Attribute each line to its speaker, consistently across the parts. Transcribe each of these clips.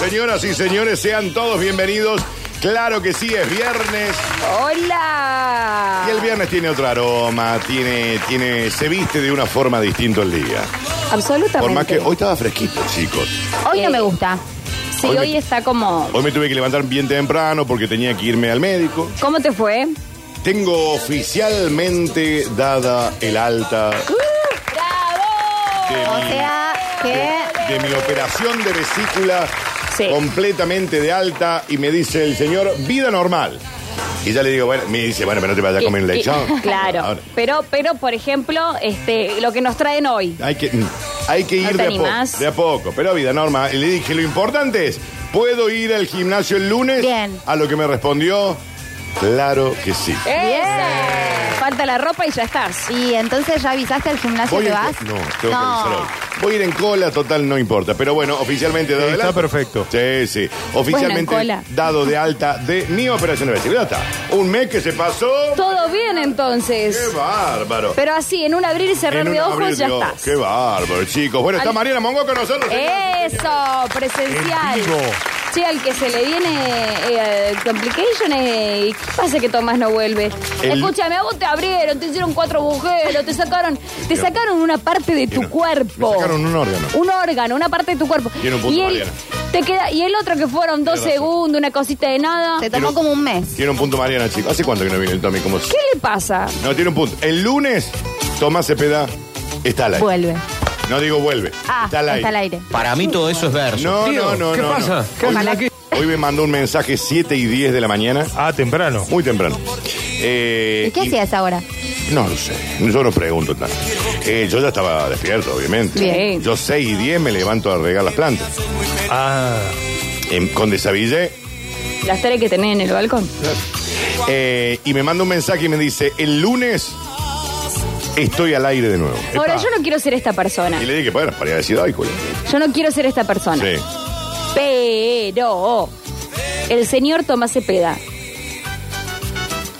Speaker 1: Señoras y señores, sean todos bienvenidos. Claro que sí, es viernes.
Speaker 2: ¡Hola!
Speaker 1: Y el viernes tiene otro aroma, tiene, tiene, se viste de una forma distinta el día.
Speaker 2: Absolutamente.
Speaker 1: Por más que hoy estaba fresquito, chicos.
Speaker 3: Hoy no me gusta. Sí,
Speaker 1: Hoy
Speaker 3: hoy,
Speaker 1: me-
Speaker 3: está como.
Speaker 1: Hoy me tuve que levantar bien temprano porque tenía que irme al médico.
Speaker 2: ¿Cómo te fue?
Speaker 1: Tengo oficialmente dada el alta
Speaker 3: ¡Bravo!
Speaker 1: de
Speaker 3: O
Speaker 1: mi-
Speaker 3: sea que.
Speaker 1: de mi operación de vesícula
Speaker 3: Sí.
Speaker 1: completamente de alta y me dice el señor, vida normal. Y ya le digo, bueno, me dice, bueno, pero no te vayas a comer un
Speaker 3: Y- y-
Speaker 1: lechón.
Speaker 3: Claro.
Speaker 1: Ahora,
Speaker 2: Pero, pero, por ejemplo, este, lo que nos traen hoy.
Speaker 1: hay que, hay que ir
Speaker 3: te
Speaker 1: de, a po-
Speaker 3: animás?
Speaker 1: de a poco, pero vida normal. Y le dije, lo importante es, ¿puedo ir al gimnasio el lunes?
Speaker 3: Bien.
Speaker 1: A lo que me respondió, claro que sí.
Speaker 2: ¡Esa! Falta la ropa y ya estás.
Speaker 3: Y entonces ya avisaste al gimnasio
Speaker 1: Voy
Speaker 3: que
Speaker 1: en co-
Speaker 3: vas.
Speaker 1: No, tengo que avisar hoy. Voy a ir en cola, total, no importa. Pero bueno, oficialmente dado
Speaker 4: Sí,
Speaker 1: de
Speaker 4: está
Speaker 1: alta.
Speaker 4: perfecto.
Speaker 1: Sí, sí. Oficialmente
Speaker 3: Bueno, en cola.
Speaker 1: dado de alta de mi operación de vesícula. Ya está. Un mes que se pasó.
Speaker 2: Todo bien entonces.
Speaker 1: ¡Qué bárbaro!
Speaker 2: Pero así, en un abrir y cerrar
Speaker 1: En un
Speaker 2: de
Speaker 1: abrir
Speaker 2: ojos ya
Speaker 1: de ojos.
Speaker 2: estás.
Speaker 1: ¡Qué bárbaro, chicos! Bueno, está
Speaker 2: Al-
Speaker 1: Mariana Mongo con nosotros.
Speaker 3: Eh.
Speaker 1: señoras y señores.
Speaker 2: Eso, presencial.
Speaker 4: En vivo.
Speaker 2: Che, al que se le viene eh, complication, eh, ¿qué pasa que Tomás no vuelve?
Speaker 1: El-
Speaker 2: Escúchame, a vos te abrieron, te hicieron cuatro agujeros, te sacaron, te sacaron una parte de tu
Speaker 1: Tiene-
Speaker 2: cuerpo.
Speaker 1: me sacaron un órgano.
Speaker 2: Un órgano, una parte de tu cuerpo.
Speaker 1: Tiene un punto,
Speaker 2: y, el,
Speaker 1: Mariana.
Speaker 2: te queda, y el otro que fueron dos
Speaker 1: Tiene razón.
Speaker 2: segundos, una cosita de nada.
Speaker 3: Te tomó como un mes.
Speaker 1: Tiene un punto Mariana, chicos. ¿Hace cuánto que no viene el Tommy? Como...
Speaker 2: ¿Qué le pasa?
Speaker 1: No, tiene un punto. El lunes, Tomás Cepeda está al aire.
Speaker 3: Vuelve.
Speaker 1: No digo vuelve.
Speaker 3: Ah,
Speaker 1: está al aire.
Speaker 5: Para mí todo eso es verso.
Speaker 1: No,
Speaker 4: Tío,
Speaker 1: no, no,
Speaker 4: ¿qué
Speaker 1: no,
Speaker 4: pasa?
Speaker 1: no.
Speaker 4: ¿Qué-
Speaker 1: Hoy,
Speaker 4: qué-
Speaker 1: hoy me mandó un mensaje 7 y 10 de la mañana.
Speaker 4: Ah, temprano.
Speaker 1: Muy temprano. Eh,
Speaker 3: ¿Y qué hacías ahora?
Speaker 1: No lo sé. Yo no pregunto tanto. Eh, yo ya estaba despierto, obviamente.
Speaker 2: Bien.
Speaker 1: Yo 6 y 10 me levanto a regar las plantas.
Speaker 4: Ah,
Speaker 1: En- con desavillé.
Speaker 2: Las tareas que tenés en el balcón.
Speaker 1: Eh, y me manda un mensaje y me dice, el lunes estoy al aire de nuevo.
Speaker 2: Ahora, yo no quiero ser esta persona.
Speaker 1: Y le dije, bueno, para ir a decir, ay, culo.
Speaker 2: Yo Ah, no quiero ser esta persona.
Speaker 1: Sí.
Speaker 2: Pero el señor Tomás Cepeda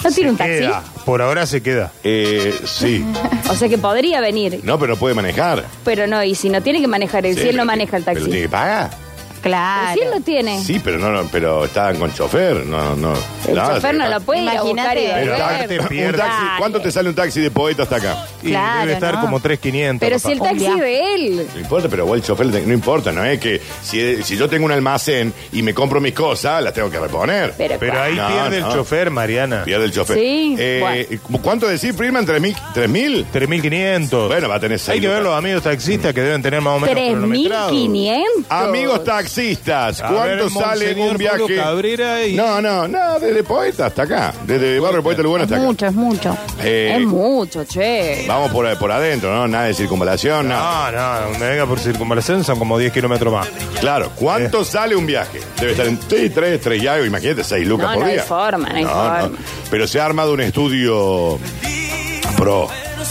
Speaker 2: no tiene un taxi.
Speaker 4: queda. Por ahora se queda.
Speaker 1: Eh, sí.
Speaker 2: O sea que podría venir,
Speaker 1: No, pero no puede manejar.
Speaker 2: pero no, y si no tiene que manejar, él,
Speaker 1: Sí,
Speaker 2: si él
Speaker 1: pero
Speaker 2: no
Speaker 1: ti-
Speaker 2: maneja el
Speaker 1: ¿Pero tiene
Speaker 2: taxi.
Speaker 1: que pagar?
Speaker 3: Claro.
Speaker 2: Si él lo tiene,
Speaker 1: Sí, pero no, no, pero estaban con chofer, no, no.
Speaker 2: el
Speaker 1: Nada,
Speaker 2: chofer no
Speaker 1: se-
Speaker 2: lo puede ir a buscar y
Speaker 3: Imagínate.
Speaker 1: Pero
Speaker 4: Pero
Speaker 1: taxi,
Speaker 4: aparte
Speaker 2: devolver.
Speaker 1: un
Speaker 4: pierde.
Speaker 1: taxi, ¿Cuánto
Speaker 2: Dale.
Speaker 1: te sale un taxi de poeta hasta acá?
Speaker 4: Y
Speaker 3: Claro,
Speaker 4: debe estar
Speaker 3: no.
Speaker 4: como 3.500.
Speaker 2: Pero si el
Speaker 4: capaz.
Speaker 2: taxi
Speaker 3: Un viaje.
Speaker 2: de él.
Speaker 1: No importa, pero vos el chofer, le- no importa, no es que si, si yo tengo un almacén y me compro mis cosas, las tengo que reponer.
Speaker 2: Pero,
Speaker 4: Pero ahí
Speaker 1: No,
Speaker 4: pierde
Speaker 1: no.
Speaker 4: el chofer, Mariana.
Speaker 1: Pierde el chofer.
Speaker 2: Sí,
Speaker 1: Eh, ¿Cuánto decís, Freeman? ¿Tres mil? ¿Tres mil?
Speaker 4: 3.500.
Speaker 1: Bueno, va a tener seis
Speaker 4: Hay que ver
Speaker 1: lucas.
Speaker 4: los amigos taxistas que deben tener más o menos cronometrado.
Speaker 2: 3.500.
Speaker 1: Amigos taxistas,
Speaker 4: A
Speaker 1: ¿cuánto
Speaker 4: ver,
Speaker 1: sale
Speaker 4: Monseñor
Speaker 1: un viaje?
Speaker 4: Pablo Cabrera y-
Speaker 1: No, no, no, desde Poeta hasta acá. Desde Barrio Poeta Lugano
Speaker 3: Es
Speaker 1: hasta acá.
Speaker 3: mucho, es mucho.
Speaker 1: Eh,
Speaker 2: Es mucho, che.
Speaker 1: vamos por, por adentro, ¿no? Nada de circunvalación, nada.
Speaker 4: No, Ah, no, me venga por circunvalación, son como 10 kilómetros más.
Speaker 1: Claro,
Speaker 4: Eh.
Speaker 1: ¿cuánto sale un viaje? Debe estar en 3, 3, 3 y algo, imagínate, 6 lucas
Speaker 2: No,
Speaker 1: por
Speaker 2: no hay
Speaker 1: día.
Speaker 2: forma, no hay forma.
Speaker 1: Pero se ha armado un estudio pro.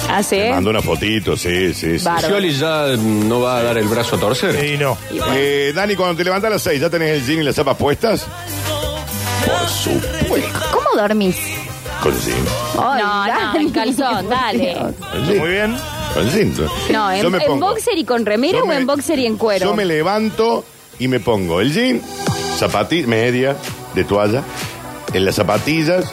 Speaker 2: Ah, sí.
Speaker 1: Me Mandó una fotito, sí, sí, sí.
Speaker 2: Bárbaro.
Speaker 5: Scioli ya no va a dar el brazo a torcer.
Speaker 4: Y no.
Speaker 1: Eh, Dani, cuando te levantas a las 6, ¿ya tenés el jean y las zapas puestas? Por supuesto.
Speaker 3: ¿Cómo dormís?
Speaker 1: Con jean.
Speaker 2: Ay, no, no,
Speaker 3: dale.
Speaker 2: en calzón, dale.
Speaker 1: Con jean.
Speaker 4: Muy bien.
Speaker 1: Con jean.
Speaker 2: No, en,
Speaker 1: Yo me
Speaker 2: en
Speaker 1: pongo-
Speaker 2: boxer y con remera
Speaker 1: yo
Speaker 2: o
Speaker 1: me-
Speaker 2: en boxer y en cuero.
Speaker 1: Yo me levanto y me pongo el jean, zapatilla, media de toalla, en las zapatillas,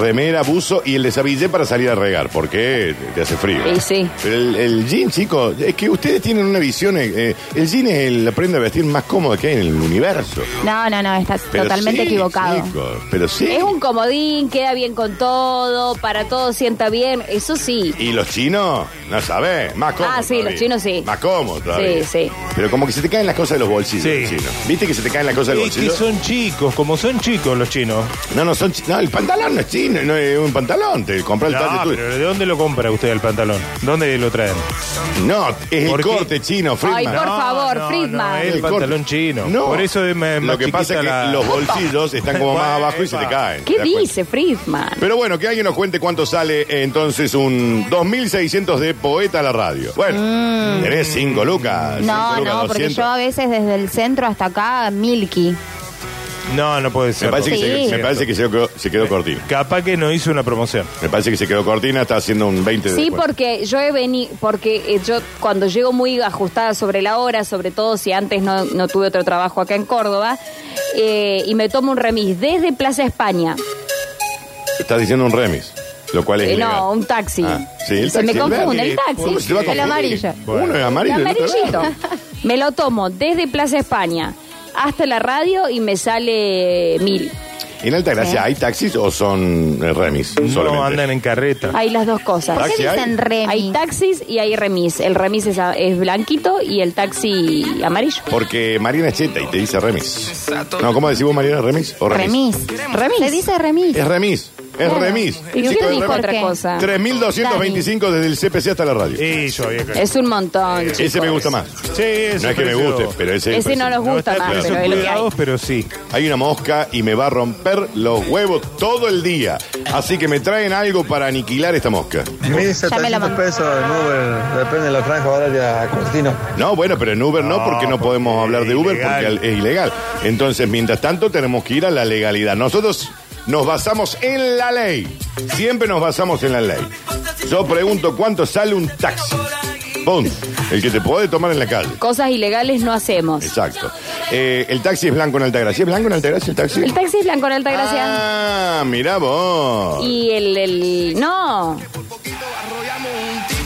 Speaker 1: remera, buzo y el desabillé para salir a regar, porque te hace frío.
Speaker 2: Y sí.
Speaker 1: Pero el, el jean, chicos, es que ustedes tienen una visión. eh, el jean es el- la prenda de vestir más cómoda que hay en el universo.
Speaker 3: No, no, no, estás
Speaker 1: Pero
Speaker 3: totalmente
Speaker 1: sí,
Speaker 3: equivocado.
Speaker 1: chicos, pero sí.
Speaker 2: Es un comodín, queda bien con todo, para todo sienta bien, eso sí.
Speaker 1: Y los chinos, no sabes, más cómodo.
Speaker 2: Ah, sí, los
Speaker 1: todavía.
Speaker 2: chinos sí.
Speaker 1: Más cómodo todavía.
Speaker 2: Sí, sí.
Speaker 1: Pero como que se te caen las cosas de los bolsillos.
Speaker 4: Sí.
Speaker 1: los chinos. ¿Viste que se te caen las cosas de los
Speaker 4: Es que
Speaker 1: bolsillos?
Speaker 4: son chicos, como son chicos los chinos.
Speaker 1: No, no, son chi- no, el pantalón no es chino, no es un pantalón, te compras el
Speaker 4: No,
Speaker 1: talle tuyo.
Speaker 4: pero ¿de dónde lo compra usted el pantalón? ¿Dónde lo traen?
Speaker 1: No, es el
Speaker 4: ¿Por qué?
Speaker 1: corte chino,
Speaker 2: Ay,
Speaker 1: Friedman.
Speaker 2: por favor,
Speaker 4: no,
Speaker 2: Friedman.
Speaker 4: no, el
Speaker 1: corte.
Speaker 4: pantalón chino.
Speaker 1: No.
Speaker 4: Por eso es más
Speaker 1: Lo que
Speaker 4: chiquita
Speaker 1: pasa es que
Speaker 4: la-
Speaker 1: los bolsillos están como más
Speaker 4: Bueno,
Speaker 1: abajo y se te
Speaker 4: epa.
Speaker 1: caen. ¿te
Speaker 2: ¿Qué
Speaker 1: das cuenta?
Speaker 2: dice Friedman?
Speaker 1: Pero bueno, que alguien nos cuente cuánto sale eh, entonces un 2.600 de poeta a la radio. Bueno,
Speaker 2: Mm.
Speaker 1: tenés 5 lucas.
Speaker 3: No,
Speaker 1: cinco lucas,
Speaker 3: no, porque
Speaker 1: 200.
Speaker 3: yo a veces desde el centro hasta acá, Milky.
Speaker 4: No, no puede ser.
Speaker 1: Me parece, que,
Speaker 3: Sí.
Speaker 1: se, me parece que se quedó, se quedó cortina.
Speaker 4: Capaz que no hizo una promoción.
Speaker 1: Me parece que se quedó cortina, está haciendo un 20 de
Speaker 2: Sí,
Speaker 1: descuento.
Speaker 2: porque yo he venido, porque eh, yo cuando llego muy ajustada sobre la hora, sobre todo si antes no, no tuve otro trabajo acá en Córdoba, eh, y me tomo un remis desde Plaza España,
Speaker 1: Estás diciendo un remis, lo cual es
Speaker 2: Eh,
Speaker 1: ilegal.
Speaker 2: no, un taxi.
Speaker 1: Ah, sí, el
Speaker 2: se
Speaker 1: taxi,
Speaker 2: me confunde el
Speaker 1: verde. ¿Cómo
Speaker 2: taxi,
Speaker 1: se va a
Speaker 3: El
Speaker 1: confundir?
Speaker 3: amarillo.
Speaker 1: Uno es
Speaker 2: el
Speaker 1: amarillo. el otro es
Speaker 2: amarillito.
Speaker 1: verde.
Speaker 2: Me lo tomo desde Plaza España hasta la radio y me sale mil.
Speaker 1: En Altagracia, ¿hay taxis o son eh, remis?
Speaker 4: No
Speaker 1: solamente?
Speaker 4: andan en carreta.
Speaker 2: Hay las dos cosas.
Speaker 1: Taxi.
Speaker 3: ¿Qué
Speaker 1: ¿Ah, hay?
Speaker 3: dicen Remy?
Speaker 2: Hay taxis y hay remis. El remis es, es blanquito y el taxi amarillo.
Speaker 1: Porque Mariana es cheta y te dice remis. No, ¿cómo decís vos, Mariana? ¿Remis o remis?
Speaker 3: remis.
Speaker 2: Remis.
Speaker 3: Se dice remis.
Speaker 1: Es remis. Es
Speaker 3: Claro.
Speaker 1: remis.
Speaker 2: ¿Y
Speaker 1: Chicos,
Speaker 2: quién
Speaker 1: es
Speaker 2: dijo
Speaker 1: remis.
Speaker 2: otra
Speaker 3: qué?
Speaker 2: cosa?
Speaker 1: 3.225 desde el CPC hasta la radio.
Speaker 4: Sí, yo había que-
Speaker 2: Es un montón.
Speaker 1: Ese
Speaker 2: chicos.
Speaker 1: me gusta más.
Speaker 4: Sí, Eh, ese
Speaker 1: No es que me
Speaker 4: precio-
Speaker 1: guste, pero ese...
Speaker 2: Ese no nos
Speaker 4: No,
Speaker 2: gusta
Speaker 4: está
Speaker 2: más,
Speaker 4: precio
Speaker 2: pero es lo que hay.
Speaker 4: cuidados, pero sí.
Speaker 1: Hay una mosca y me va a romper los huevos todo el día. Así que me traen algo para aniquilar esta mosca.
Speaker 6: 1700 pesos en Uber, depende de la franja horaria a Cortino.
Speaker 1: No, bueno, pero en Uber no,
Speaker 4: No,
Speaker 1: porque no
Speaker 4: porque
Speaker 1: podemos
Speaker 4: es
Speaker 1: hablar de Uber
Speaker 4: ilegal.
Speaker 1: porque es ilegal. Entonces, mientras tanto, tenemos que ir a la legalidad. Nosotros nos basamos en la ley. Siempre nos basamos en la ley. Yo pregunto cuánto sale un taxi. Pum. El que te puede tomar en la calle.
Speaker 2: Cosas ilegales no hacemos.
Speaker 1: Exacto. Eh, el taxi es blanco en Altagracia. ¿Es blanco en Altagracia el taxi?
Speaker 2: El taxi es blanco en Altagracia.
Speaker 1: Ah, mira vos.
Speaker 2: Y el, el- No.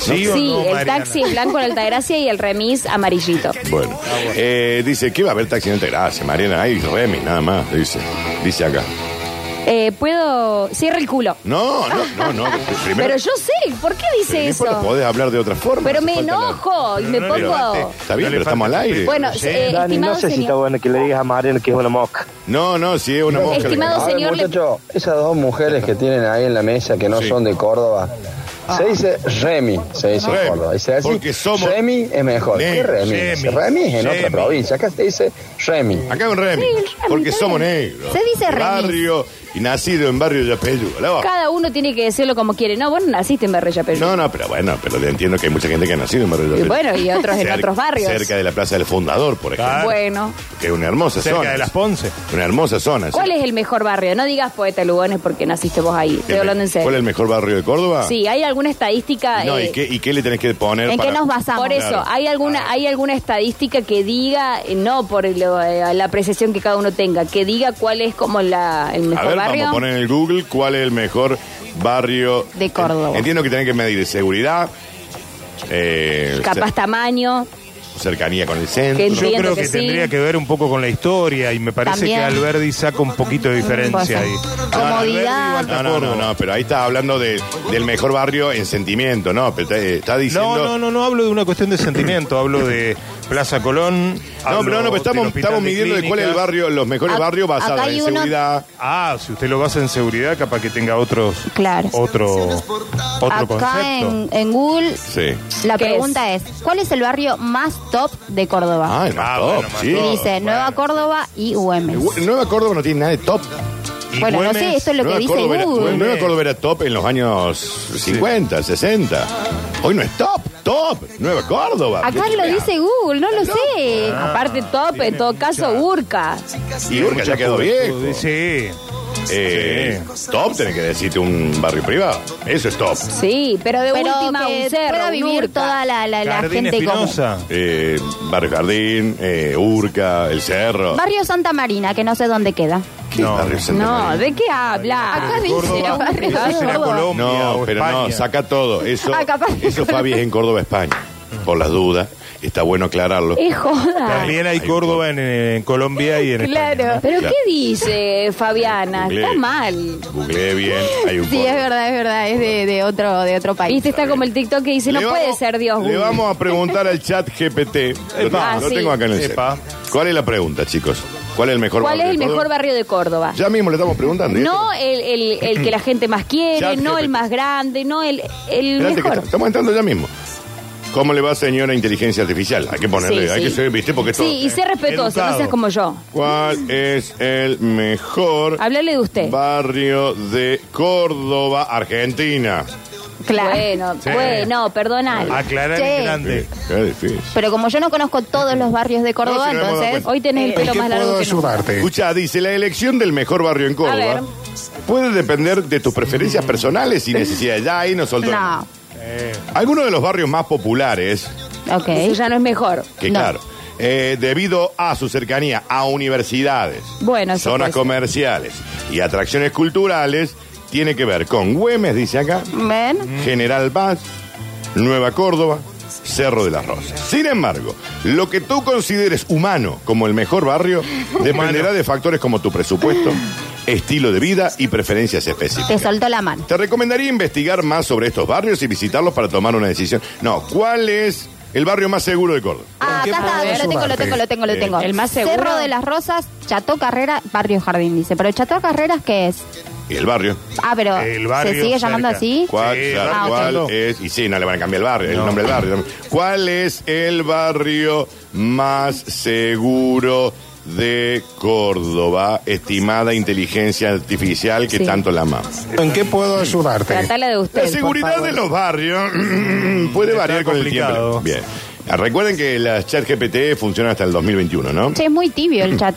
Speaker 4: Sí, o
Speaker 2: Sí,
Speaker 4: no,
Speaker 2: el
Speaker 4: Mariana?
Speaker 2: taxi es blanco en Altagracia y el remis amarillito.
Speaker 1: Bueno, eh, dice, ¿qué va a haber taxi en Altagracia, Mariana? Hay remis, nada más, dice. Dice acá.
Speaker 2: Eh, ¿Puedo...? Cierra el culo.
Speaker 1: No, no, no, no. Primero,
Speaker 2: Pero yo sé, ¿por qué
Speaker 1: Pero
Speaker 2: dice
Speaker 1: no importa,
Speaker 2: eso?
Speaker 1: podés hablar de otra forma.
Speaker 2: Pero
Speaker 1: no
Speaker 2: me
Speaker 1: hace falta hablar.
Speaker 2: enojo y me
Speaker 4: no, pero
Speaker 2: pongo...
Speaker 1: Está bien, pero
Speaker 4: No le falta
Speaker 1: estamos al aire.
Speaker 2: Bueno, eh,
Speaker 6: Dani,
Speaker 2: estimado
Speaker 6: no sé si está
Speaker 2: señor...
Speaker 6: bueno que le digas a Mariana que es una mosca.
Speaker 1: No, no, si es una mosca. la
Speaker 2: Estimado
Speaker 1: que-
Speaker 6: A ver,
Speaker 2: señor, le-
Speaker 6: muchacho, esas dos mujeres que tienen ahí en la mesa que no
Speaker 1: Sí.
Speaker 6: son de Córdoba, se dice Remy, se dice
Speaker 1: Remy,
Speaker 6: en Córdoba. Y se dice
Speaker 1: porque somos-
Speaker 6: Remy es mejor.
Speaker 1: Remy,
Speaker 6: ¿Qué Remy?
Speaker 4: Remy,
Speaker 6: Remy, es en
Speaker 4: Remy.
Speaker 6: otra provincia. Acá se dice Remy.
Speaker 1: Acá hay un remi. porque somos negros.
Speaker 3: Se dice
Speaker 1: De
Speaker 3: remis.
Speaker 1: Barrio y nacido en barrio Yapeyú. la baja.
Speaker 2: Cada uno tiene que decirlo como quiere. No, vos no naciste en Barrella Perú.
Speaker 1: No, no, pero bueno, pero le entiendo que hay mucha gente que ha nacido en barrio
Speaker 2: Y
Speaker 1: Yapeyú.
Speaker 2: bueno, y otros en
Speaker 1: Cerca-
Speaker 2: otros barrios.
Speaker 1: Cerca de la Plaza del Fundador, por ejemplo.
Speaker 4: Claro.
Speaker 2: Bueno.
Speaker 1: Que es una hermosa
Speaker 4: Cerca
Speaker 1: zona.
Speaker 4: de las Ponce.
Speaker 1: Una hermosa zona.
Speaker 2: ¿Cuál es el mejor barrio? No digas Poeta Lugones porque naciste vos ahí. Estoy hablando en
Speaker 1: ¿Cuál es
Speaker 2: serio.
Speaker 1: el mejor barrio de Córdoba?
Speaker 2: Sí, ¿hay alguna estadística?
Speaker 1: No,
Speaker 2: eh,
Speaker 1: ¿y, qué, Ah. ¿Y qué le tenés que poner?
Speaker 3: ¿En qué
Speaker 1: para-
Speaker 3: nos basamos?
Speaker 2: Por eso,
Speaker 1: Claro.
Speaker 2: ¿hay alguna hay alguna estadística que diga, eh, no por lo- eh, la apreciación que cada uno tenga, que diga cuál es como la, el
Speaker 1: A
Speaker 2: mejor
Speaker 1: ver,
Speaker 2: barrio?
Speaker 1: vamos a poner en el Google cuál es el mejor barrio
Speaker 3: De Córdoba.
Speaker 1: Entiendo que tienen que medir seguridad, eh,
Speaker 2: Capaz tamaño.
Speaker 1: cer- cercanía con el centro.
Speaker 2: Que-
Speaker 4: Yo
Speaker 2: Entiendo
Speaker 4: creo
Speaker 2: que
Speaker 4: que,
Speaker 2: sí.
Speaker 4: tendría que ver un poco con la historia y me parece
Speaker 3: También.
Speaker 4: que Alberdi saca un poquito de
Speaker 3: Cosa.
Speaker 4: diferencia ahí.
Speaker 3: Comodidad.
Speaker 1: No, no, no, no, pero ahí estás hablando de- del mejor barrio en sentimiento, ¿no? Pero te- está diciendo.
Speaker 4: No, no, no, no hablo de una cuestión de sentimiento, hablo de Plaza Colón.
Speaker 1: No, pero
Speaker 4: hablo
Speaker 1: no, pero estamos,
Speaker 4: del hospital
Speaker 1: estamos
Speaker 4: de
Speaker 1: midiendo de cuál es el
Speaker 4: clínicas.
Speaker 1: barrio, los mejores
Speaker 3: Ac-
Speaker 1: barrios basados
Speaker 3: acá hay
Speaker 1: en
Speaker 3: uno-
Speaker 1: seguridad.
Speaker 4: Ah, si usted lo basa en seguridad, capaz que tenga otros,
Speaker 3: Claro.
Speaker 4: otro, otro
Speaker 3: Acá
Speaker 4: concepto.
Speaker 3: en, en Google,
Speaker 1: Sí.
Speaker 3: la
Speaker 2: ¿Qué es?
Speaker 3: pregunta es? ¿cuál es el barrio más top de Córdoba?
Speaker 1: Ah, no,
Speaker 4: Ah,
Speaker 1: top,
Speaker 4: bueno, más
Speaker 1: sí.
Speaker 3: y
Speaker 4: top.
Speaker 3: dice
Speaker 4: bueno.
Speaker 3: Nueva Córdoba y UM.
Speaker 1: Eh, Nueva Córdoba no tiene nada de top.
Speaker 4: Y
Speaker 3: Bueno, no
Speaker 4: Güemes,
Speaker 3: sé, esto es lo que
Speaker 1: Nueva
Speaker 3: dice
Speaker 1: Córdoba, era,
Speaker 3: Google.
Speaker 1: Nueva Córdoba era top en los años 50, 60. Hoy no es top, top. Nueva Córdoba.
Speaker 3: Acá lo dice Google, no lo sé.
Speaker 2: Eh, Aparte top, en todo caso, Urca.
Speaker 1: Y Urca ya quedó viejo.
Speaker 4: Sí.
Speaker 1: Eh, Top tiene que decirte un barrio privado. Eso es top.
Speaker 2: Sí, pero de
Speaker 3: Pero
Speaker 2: última
Speaker 3: que
Speaker 2: un cerro,
Speaker 3: pueda
Speaker 2: un
Speaker 3: vivir
Speaker 2: Urca.
Speaker 3: toda la, la, la
Speaker 4: Jardín
Speaker 3: gente común.
Speaker 4: Espinosa.
Speaker 1: Eh, barrio Jardín, eh, Urca, El Cerro.
Speaker 3: Barrio Santa Marina, que no sé dónde queda.
Speaker 1: ¿Qué
Speaker 4: No.
Speaker 1: barrio Santa
Speaker 2: No,
Speaker 1: María?
Speaker 2: ¿de qué habla?
Speaker 3: Acá dice
Speaker 4: Córdoba,
Speaker 3: la barrio
Speaker 4: eso
Speaker 3: de
Speaker 4: será
Speaker 3: Córdoba.
Speaker 4: Colombia
Speaker 1: No,
Speaker 4: o
Speaker 1: pero no,
Speaker 4: España.
Speaker 1: saca todo. Eso,
Speaker 3: Ah, capaz.
Speaker 1: eso Fabi es en Córdoba, España. Por las dudas, está bueno aclararlo.
Speaker 3: Eh,
Speaker 2: Es joda.
Speaker 4: También hay Córdoba en, en Colombia y en España.
Speaker 3: Ah. Claro.
Speaker 2: ¿Pero
Speaker 1: Claro.
Speaker 2: qué dice Fabiana?
Speaker 1: Google.
Speaker 2: Está mal.
Speaker 1: Googleé bien, hay un
Speaker 3: Sí, es
Speaker 1: Córdoba.
Speaker 3: verdad, es verdad, es de, de otro, de otro país.
Speaker 2: Viste, está como el TikTok que dice, no
Speaker 1: Le
Speaker 2: puede
Speaker 1: vamos-
Speaker 2: ser Dios.
Speaker 1: Le
Speaker 2: Google.
Speaker 1: vamos a preguntar al chat GPT. Lo,
Speaker 4: Epa.
Speaker 1: tengo- lo
Speaker 2: Ah, sí.
Speaker 1: tengo acá en el
Speaker 4: Epa.
Speaker 1: set. ¿Cuál es la pregunta, chicos? ¿Cuál es el mejor
Speaker 2: ¿Cuál
Speaker 1: barrio
Speaker 2: es el
Speaker 1: de
Speaker 2: mejor
Speaker 1: Córdoba?
Speaker 2: barrio de Córdoba?
Speaker 1: Ya este. mismo le estamos preguntando. ¿y esto?
Speaker 2: No el, el- el que la gente más quiere,
Speaker 1: Chat
Speaker 2: no
Speaker 1: GPT.
Speaker 2: el más grande, no el, el
Speaker 1: Espérate que
Speaker 2: mejor.
Speaker 1: está- estamos entrando ya mismo. ¿Cómo le va, señora inteligencia artificial? Hay que ponerle,
Speaker 2: Sí,
Speaker 1: hay
Speaker 2: sí.
Speaker 1: que ser, viste, porque esto-
Speaker 2: Sí, y sé respetuoso,
Speaker 4: Educado.
Speaker 2: no seas como yo.
Speaker 1: ¿Cuál es el mejor
Speaker 2: Háblale de usted.
Speaker 1: barrio de Córdoba, Argentina?
Speaker 3: Claro.
Speaker 2: Bueno,
Speaker 4: Sí.
Speaker 2: bueno, perdonalo.
Speaker 4: Aclarar
Speaker 3: Che.
Speaker 4: en grande.
Speaker 1: Sí, qué difícil.
Speaker 3: Pero como yo no conozco todos los barrios de Córdoba,
Speaker 1: No, si no hemos dado
Speaker 3: entonces...
Speaker 1: cuenta.
Speaker 2: Hoy tenés el
Speaker 7: ¿En
Speaker 2: pelo
Speaker 7: qué
Speaker 2: más largo
Speaker 7: puedo
Speaker 2: que nunca.
Speaker 7: ayudarte?
Speaker 1: Escucha, dice, la elección del mejor barrio en
Speaker 2: A ver.
Speaker 1: Córdoba puede depender de tus preferencias personales y necesidades. Ya ahí nos soltó.
Speaker 3: No,
Speaker 1: Algunos de los barrios más populares,
Speaker 3: ok.
Speaker 2: Eso ya no es mejor.
Speaker 1: que
Speaker 3: No.
Speaker 1: claro, eh, debido a su cercanía a universidades,
Speaker 2: Bueno, eso
Speaker 1: zonas
Speaker 2: puede ser.
Speaker 1: comerciales y atracciones culturales, tiene que ver con Güemes, dice acá,
Speaker 3: ¿Ven?
Speaker 1: General Paz, Nueva Córdoba, Cerro de las Rosas. Sin embargo, lo que tú consideres humano como el mejor barrio dependerá de factores como tu presupuesto, estilo de vida y preferencias
Speaker 3: Te
Speaker 1: específicas.
Speaker 3: soltó la mano.
Speaker 1: Te recomendaría investigar más sobre estos barrios y visitarlos para tomar una decisión. No, ¿cuál es el barrio más seguro de Córdoba?
Speaker 3: Ah,
Speaker 7: qué puedo
Speaker 3: acá está, lo tengo, lo
Speaker 7: ayudarte?
Speaker 3: tengo, lo tengo, lo
Speaker 1: Eh,
Speaker 3: tengo.
Speaker 2: ¿el más seguro?
Speaker 3: Cerro de las Rosas, Chateau Carrera, Barrio Jardín, dice. Pero Chateau Carreras, ¿qué es?
Speaker 1: ¿Y el barrio?
Speaker 3: Ah, pero
Speaker 4: El barrio
Speaker 3: ¿se sigue llamando
Speaker 4: cerca.
Speaker 3: así?
Speaker 1: ¿Cuál,
Speaker 4: Sí,
Speaker 1: claro,
Speaker 3: ah, ok.
Speaker 1: cuál es? Y sí, no le van a cambiar el barrio, el nombre del barrio. ¿Cuál es el barrio más seguro de Córdoba, estimada inteligencia artificial que
Speaker 2: Sí.
Speaker 1: tanto la amamos?
Speaker 7: ¿En qué puedo ayudarte?
Speaker 2: Tratala de usted.
Speaker 1: La seguridad
Speaker 2: por
Speaker 1: de
Speaker 2: favor.
Speaker 1: los barrios Mm, puede
Speaker 4: Está
Speaker 1: variar con el tiempo.
Speaker 4: complicado.
Speaker 1: Bien. Ah, Recuerden que la chat GPT funciona hasta el 2021, ¿no?
Speaker 3: Che, es muy tibio
Speaker 1: Mm.
Speaker 3: el chat.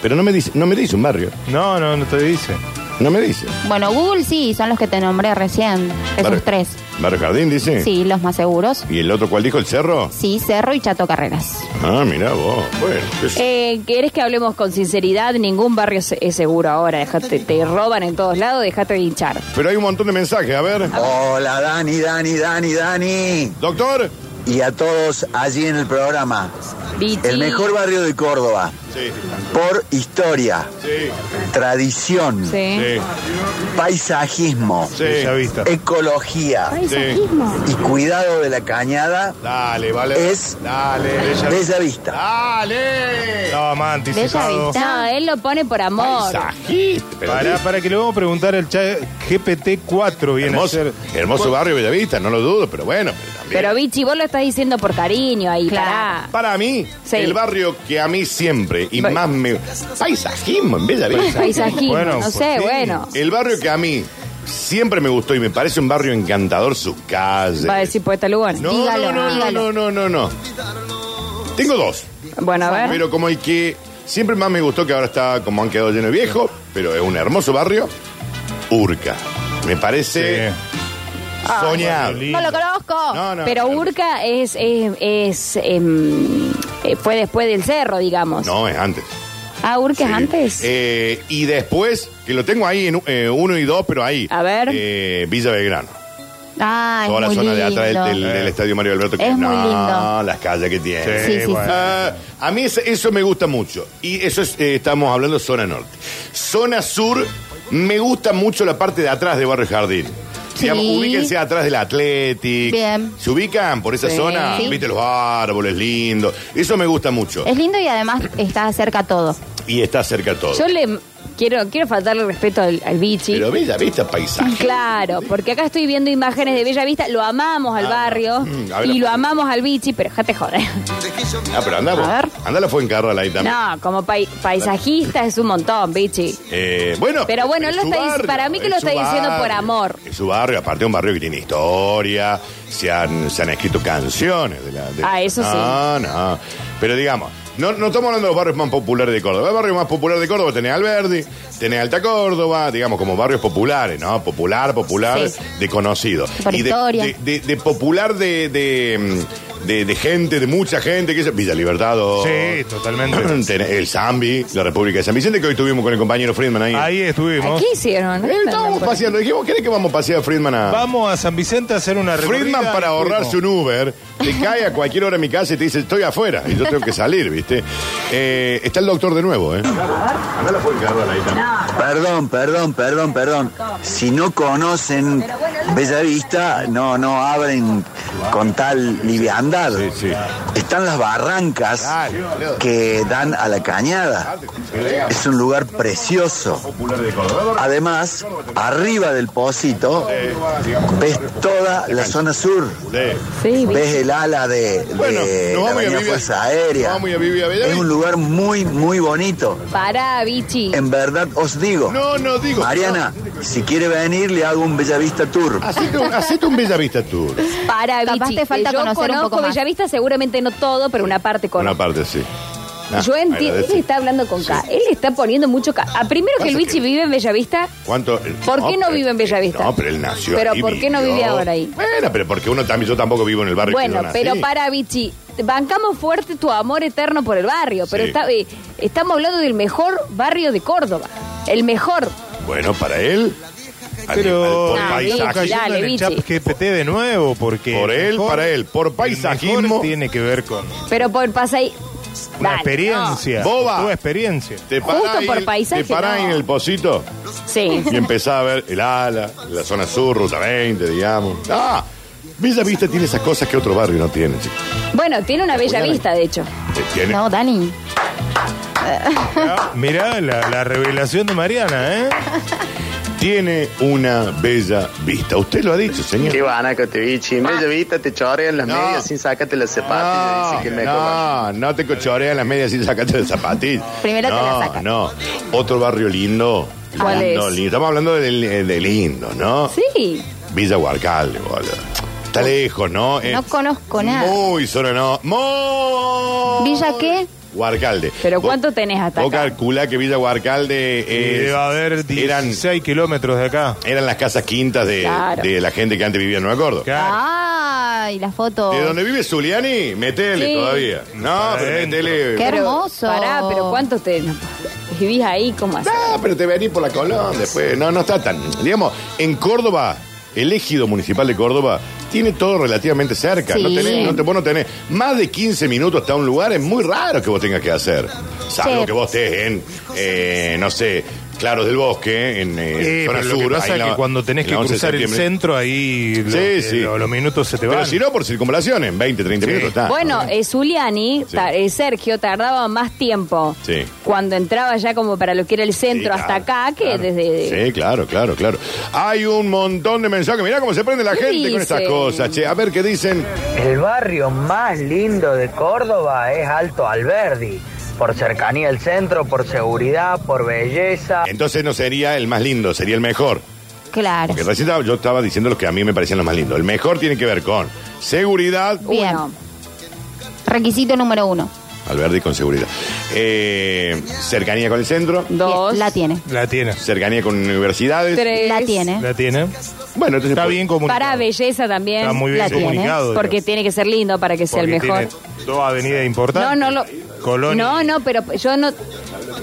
Speaker 1: Pero no me dice, no me dice un barrio.
Speaker 4: No, no, no te dice.
Speaker 1: No me dice.
Speaker 3: Bueno, Google sí, son los que te nombré recién, esos
Speaker 1: Barrio-
Speaker 3: tres.
Speaker 1: Barrio Jardín dice.
Speaker 3: Sí, los más seguros.
Speaker 1: ¿Y el otro cuál dijo? ¿El cerro?
Speaker 3: Sí, Cerro y Chateau Carreras.
Speaker 1: Ah, mirá vos. Bueno, pues, qué sé-
Speaker 2: Eh, ¿Querés que hablemos con sinceridad? Ningún barrio se- es seguro ahora. Dejate, te roban en todos lados, dejate de hinchar.
Speaker 1: Pero hay un montón de mensajes. A ver.
Speaker 6: Hola Dani, Dani, Dani, Dani.
Speaker 1: Doctor.
Speaker 6: Y a todos allí en el programa.
Speaker 2: Bichi.
Speaker 6: El mejor barrio de Córdoba.
Speaker 1: Sí,
Speaker 6: Por historia,
Speaker 1: sí,
Speaker 6: tradición,
Speaker 2: Sí.
Speaker 1: sí,
Speaker 6: paisajismo,
Speaker 1: sí. Eh.
Speaker 4: Ya vista.
Speaker 6: ecología
Speaker 1: Paisajismo.
Speaker 6: y cuidado de la cañada,
Speaker 1: Dale, vale.
Speaker 6: Es-
Speaker 1: Dale.
Speaker 6: Bella Vista.
Speaker 1: Dale.
Speaker 4: No, más anticipado.
Speaker 3: Bella
Speaker 2: No, él lo pone por amor.
Speaker 1: Paisajista. Pero
Speaker 4: Para, para que le vamos a preguntar al chat GPT-4 viene
Speaker 1: hermoso,
Speaker 4: a ser.
Speaker 1: hermoso barrio Bellavista, no lo dudo, pero bueno. Pero también.
Speaker 2: Pero Bichi, vos lo estás diciendo por cariño ahí.
Speaker 3: Claro.
Speaker 1: Para mí,
Speaker 2: Ah. Sí.
Speaker 1: el barrio que a mí siempre y
Speaker 2: Ba-
Speaker 1: más me. Paisajismo en Bella
Speaker 2: pará.
Speaker 1: Vista.
Speaker 2: Paisajismo,
Speaker 4: Bueno,
Speaker 2: no
Speaker 4: pues
Speaker 2: sé,
Speaker 4: sí.
Speaker 2: bueno.
Speaker 1: El barrio que a mí siempre me gustó y me parece un barrio encantador, su calle.
Speaker 2: Va a decir pues, poeta Lugón.
Speaker 1: no,
Speaker 3: dígalo,
Speaker 1: no, no,
Speaker 3: dígalo.
Speaker 1: no, no, no, no. Tengo dos.
Speaker 2: Bueno, a ver.
Speaker 1: Pero como el que siempre más me gustó, que ahora está como han quedado lleno de viejo, pero es un hermoso barrio, Urca. Me parece
Speaker 4: Sí.
Speaker 1: soñado.
Speaker 4: lindo.
Speaker 3: ¡No lo conozco!
Speaker 1: No, no,
Speaker 2: Pero
Speaker 1: no.
Speaker 2: Urca es, es, es, em, eh, fue después del cerro, digamos.
Speaker 1: No, es antes.
Speaker 2: Ah, Urca es
Speaker 1: Sí.
Speaker 2: antes.
Speaker 1: Eh, y después, que lo tengo ahí en eh, uno y dos, pero ahí.
Speaker 2: A ver.
Speaker 1: Eh, Villa Belgrano.
Speaker 3: Ah, es
Speaker 1: Toda la
Speaker 3: muy
Speaker 1: zona de atrás del,
Speaker 3: lindo.
Speaker 1: del- del estadio Mario Alberto. que-
Speaker 3: Es muy
Speaker 1: no,
Speaker 3: lindo.
Speaker 1: las calles que tiene.
Speaker 4: Sí,
Speaker 3: Sí, sí, sí.
Speaker 4: bueno.
Speaker 1: Ah, a mí es- eso me gusta mucho. Y eso es, eh, estamos hablando zona norte. Zona sur, me gusta mucho la parte de atrás de Barrio Jardín. Digamos, ubíquense atrás del Athletic.
Speaker 3: Bien.
Speaker 1: Se ubican por esa
Speaker 2: Sí.
Speaker 1: zona,
Speaker 3: Sí.
Speaker 1: viste los árboles lindos. Eso me gusta mucho.
Speaker 3: Es lindo y además está cerca todo.
Speaker 1: Y está cerca todo.
Speaker 2: Yo le quiero, quiero faltarle respeto al, al Bichi.
Speaker 1: Pero bella vista paisaje.
Speaker 2: Claro, porque acá estoy viendo imágenes de Bella Vista, lo amamos al
Speaker 1: Ah,
Speaker 2: barrio
Speaker 1: mm, a ver la
Speaker 2: y lo
Speaker 1: foto.
Speaker 2: amamos al bichi, pero déjate joder.
Speaker 1: Ah, pero andá, vos.
Speaker 2: A ver.
Speaker 1: Andá la Fuencarral ahí también.
Speaker 2: No, como pai- paisajista es un montón, bichi.
Speaker 1: Eh, bueno,
Speaker 2: Pero bueno,
Speaker 1: es
Speaker 2: lo
Speaker 1: su
Speaker 2: está dic-
Speaker 1: barrio,
Speaker 2: para mí que lo
Speaker 1: es su
Speaker 2: está diciendo por
Speaker 1: barrio.
Speaker 2: amor.
Speaker 1: Es su barrio, aparte es un barrio que tiene historia, se han, se han escrito canciones de la. de-
Speaker 2: Ah, eso
Speaker 1: no,
Speaker 2: sí.
Speaker 1: No, Pero digamos, no, no estamos hablando de los barrios más populares de Córdoba. El barrio más popular de Córdoba tenés Alberdi, tenés Alta Córdoba, digamos, como barrios populares, ¿no? Popular, popular,
Speaker 2: Sí.
Speaker 1: de conocido.
Speaker 3: Por
Speaker 1: y de,
Speaker 3: historia.
Speaker 1: de, de- de popular de. de, mm, de- de gente, de mucha gente, que es Villa Libertado.
Speaker 4: Sí, totalmente.
Speaker 1: Tenés El Zambi, la República de San Vicente, que hoy estuvimos con el compañero Friedman ahí.
Speaker 4: Ahí
Speaker 2: ¿A
Speaker 4: estuvimos.
Speaker 2: ¿Qué hicieron?
Speaker 1: Eh, estábamos
Speaker 2: Andan por-
Speaker 1: paseando, dijimos, ¿querés que vamos a pasear a Friedman a...
Speaker 4: Vamos a San Vicente a hacer una recorrida.
Speaker 1: Friedman para
Speaker 4: y
Speaker 1: ahorrarse un
Speaker 4: fuimos.
Speaker 1: Uber, te cae a cualquier hora en mi casa y te dice, estoy afuera, y yo tengo que salir, ¿viste? Eh, está el doctor de nuevo, ¿eh? Andala por el carro ahí también.
Speaker 6: Perdón, perdón, perdón, perdón. Si no conocen Bella Vista, no, no abren con tal liviandad.
Speaker 1: Sí, sí.
Speaker 6: Están las barrancas
Speaker 1: Dale, boludo.
Speaker 6: que dan a la cañada. Es un lugar precioso. Además, arriba del Pocito ves toda la zona sur.
Speaker 1: Sí.
Speaker 2: Sí, bichi.
Speaker 6: Ves el ala de, de
Speaker 1: Bueno, nos vamos
Speaker 6: la
Speaker 1: a
Speaker 6: Avenida
Speaker 1: vivir
Speaker 6: Fuerza Aérea.
Speaker 1: Nos vamos a vivir a Bella
Speaker 6: Es un
Speaker 1: Vista.
Speaker 6: lugar muy, muy bonito.
Speaker 2: Pará, bichi.
Speaker 6: Em. En verdad os digo.
Speaker 1: No, no, digo.
Speaker 6: Mariana, Si quiere venir, le hago un Bellavista Tour.
Speaker 1: Hacete un, hacete un Bellavista Tour.
Speaker 2: Para
Speaker 3: Capaz
Speaker 2: Vichy,
Speaker 3: te falta
Speaker 2: que yo
Speaker 3: conocer un
Speaker 2: conozco
Speaker 3: poco más.
Speaker 2: Bellavista, seguramente no todo, pero una parte con
Speaker 1: Una parte, sí. Ah,
Speaker 2: Yo entiendo, él
Speaker 1: agradece.
Speaker 2: está hablando con K, él está poniendo mucho K. Ah, primero que
Speaker 1: Pasa
Speaker 2: Luigi
Speaker 1: que-
Speaker 2: vive en Bellavista,
Speaker 1: ¿Cuánto?
Speaker 2: ¿Por qué no
Speaker 1: pero-
Speaker 2: vive en Bellavista?
Speaker 1: No, pero él nació
Speaker 2: Pero
Speaker 1: ahí,
Speaker 2: ¿por qué no
Speaker 1: vivió.
Speaker 2: vive ahora ahí?
Speaker 1: Bueno, pero porque uno también, yo tampoco vivo en el barrio. que
Speaker 2: bueno,
Speaker 1: yo nací.
Speaker 2: pero para Vichy, bancamos fuerte tu amor eterno por el barrio, pero
Speaker 1: Sí.
Speaker 2: está- eh, estamos hablando del mejor barrio de Córdoba, el mejor.
Speaker 1: Bueno, para él. al- al-
Speaker 4: Pero
Speaker 1: por
Speaker 2: Ah,
Speaker 1: paisaje.
Speaker 2: bien, dale,
Speaker 4: en el
Speaker 2: Vichy.
Speaker 4: chat GPT de nuevo, porque.
Speaker 1: Por
Speaker 4: el
Speaker 1: él, para él, por
Speaker 4: el
Speaker 1: paisajismo.
Speaker 4: mejor tiene que ver con
Speaker 2: Pero por pasa ahí.
Speaker 4: la
Speaker 2: Dale,
Speaker 4: experiencia.
Speaker 1: no. Boba.
Speaker 4: Tu experiencia.
Speaker 1: Te
Speaker 2: Justo
Speaker 1: pará
Speaker 2: por
Speaker 1: ahí-
Speaker 2: paisaje,
Speaker 1: Te pará
Speaker 2: no.
Speaker 1: ahí en el pocito
Speaker 2: no. Sí.
Speaker 1: y empezás a ver el ala, la zona sur, ruta 20, digamos. Ah, Bellavista tiene esas cosas que otro barrio no tiene, chicos.
Speaker 2: Bueno, tiene una bella
Speaker 1: Cuidado.
Speaker 2: vista, de hecho.
Speaker 1: Eh, Tiene.
Speaker 3: No, Dani.
Speaker 4: Mirá la, la revelación de Mariana, ¿eh?
Speaker 1: Tiene una bella vista. Usted lo ha dicho, señor.
Speaker 8: Qué van que te bichi. En Bellavista te chorean las
Speaker 1: Ah. No.
Speaker 8: medias sin sacarte las zapatillas.
Speaker 1: Ah, No,
Speaker 8: Dice que me coman.
Speaker 1: no, no te cochorean las medias sin sacarte el zapatillo.
Speaker 3: Primero te
Speaker 1: no,
Speaker 3: la sacan.
Speaker 1: No, otro barrio lindo.
Speaker 2: ¿Cuál
Speaker 1: lindo,
Speaker 2: es?
Speaker 1: lindo. Estamos hablando del de, lindo, ¿no?
Speaker 2: Sí.
Speaker 1: Villa Huarcal, boludo. Está lejos, ¿no? Eh,
Speaker 3: No conozco nada.
Speaker 1: Muy zona, no. Muy...
Speaker 3: ¿Villa qué?
Speaker 1: Huarcalde.
Speaker 2: Pero
Speaker 1: Vos-
Speaker 2: ¿cuánto tenés hasta
Speaker 1: Vos
Speaker 2: acá?
Speaker 1: calculá que Villa Huarcalde es-
Speaker 4: y debe haber
Speaker 1: Eh, eran,
Speaker 4: 16 kilómetros de acá.
Speaker 1: eran las casas quintas de,
Speaker 2: Claro.
Speaker 1: de la gente que antes vivía en Nueva Córdoba.
Speaker 4: Claro.
Speaker 3: Ah, y la foto.
Speaker 1: De donde vive Zuliani, metele
Speaker 2: Sí.
Speaker 1: todavía. No,
Speaker 4: Para
Speaker 1: pero
Speaker 4: adentro.
Speaker 1: metele.
Speaker 3: Qué
Speaker 2: Pero,
Speaker 3: hermoso.
Speaker 2: Pará, pero ¿cuánto te vivís ahí? ¿Cómo así?
Speaker 1: Ah, pero te venís por la Colón después. No, no está tan. Digamos, en Córdoba, el ejido municipal de Córdoba tiene todo relativamente cerca.
Speaker 3: Sí.
Speaker 1: No tenés, no te, vos no tenés. Más de 15 minutos hasta un lugar es muy raro que vos tengas que hacer. Salvo
Speaker 3: Sí.
Speaker 1: que vos estés en, eh, no sé, Claros del Bosque, en eh,
Speaker 4: Eh,
Speaker 1: zona
Speaker 4: pero lo
Speaker 1: sur,
Speaker 4: que pasa
Speaker 1: ahí
Speaker 4: es
Speaker 1: en
Speaker 4: que
Speaker 1: la-
Speaker 4: cuando tenés
Speaker 1: en
Speaker 4: que
Speaker 1: la 11 de
Speaker 4: cruzar el
Speaker 1: septiembre.
Speaker 4: centro, ahí lo-
Speaker 1: Sí,
Speaker 4: eh,
Speaker 1: sí.
Speaker 4: lo- los minutos se te van.
Speaker 1: Pero si no, por circunvalaciones, en 20, 30
Speaker 4: Sí.
Speaker 1: minutos está.
Speaker 2: Bueno, eh, Zuliani,
Speaker 1: Ah, Sí.
Speaker 2: ta- eh, Sergio, tardaba más tiempo
Speaker 1: Sí.
Speaker 2: cuando entraba ya como para lo que era el centro
Speaker 1: Sí,
Speaker 2: hasta
Speaker 1: claro,
Speaker 2: acá que
Speaker 1: claro.
Speaker 2: desde...
Speaker 1: Sí, claro, claro, claro. Hay un montón de mensajes. Mirá cómo se prende la
Speaker 2: ¿Qué
Speaker 1: gente con estas
Speaker 2: dicen?
Speaker 1: cosas, che. A ver qué dicen.
Speaker 9: El barrio más lindo de Córdoba es Alto Alberdi, por cercanía al centro, por seguridad, por belleza.
Speaker 1: Entonces no sería el más lindo, sería el mejor.
Speaker 3: Claro.
Speaker 1: Porque recién estaba- yo estaba diciendo los que a mí me parecían los más lindos. El mejor tiene que ver con seguridad.
Speaker 3: Bien.
Speaker 2: Uno.
Speaker 3: Requisito número uno.
Speaker 1: Alberdi con seguridad. Eh, cercanía con el centro.
Speaker 2: Dos,
Speaker 3: Bien, La tiene.
Speaker 4: La tiene.
Speaker 2: ¿Eh?
Speaker 1: Cercanía con universidades.
Speaker 2: tres.
Speaker 3: La tiene.
Speaker 4: La tiene.
Speaker 1: Bueno, entonces.
Speaker 4: Está
Speaker 1: pues,
Speaker 4: bien comunicado.
Speaker 2: Para belleza también.
Speaker 4: Está muy bien
Speaker 3: La tiene.
Speaker 4: comunicado. digo.
Speaker 2: Porque tiene que ser lindo para que sea el
Speaker 4: Porque
Speaker 2: mejor.
Speaker 4: tiene dos avenidas
Speaker 2: No,
Speaker 4: importantes.
Speaker 2: no lo...
Speaker 4: Colonia.
Speaker 2: No, no, pero yo no...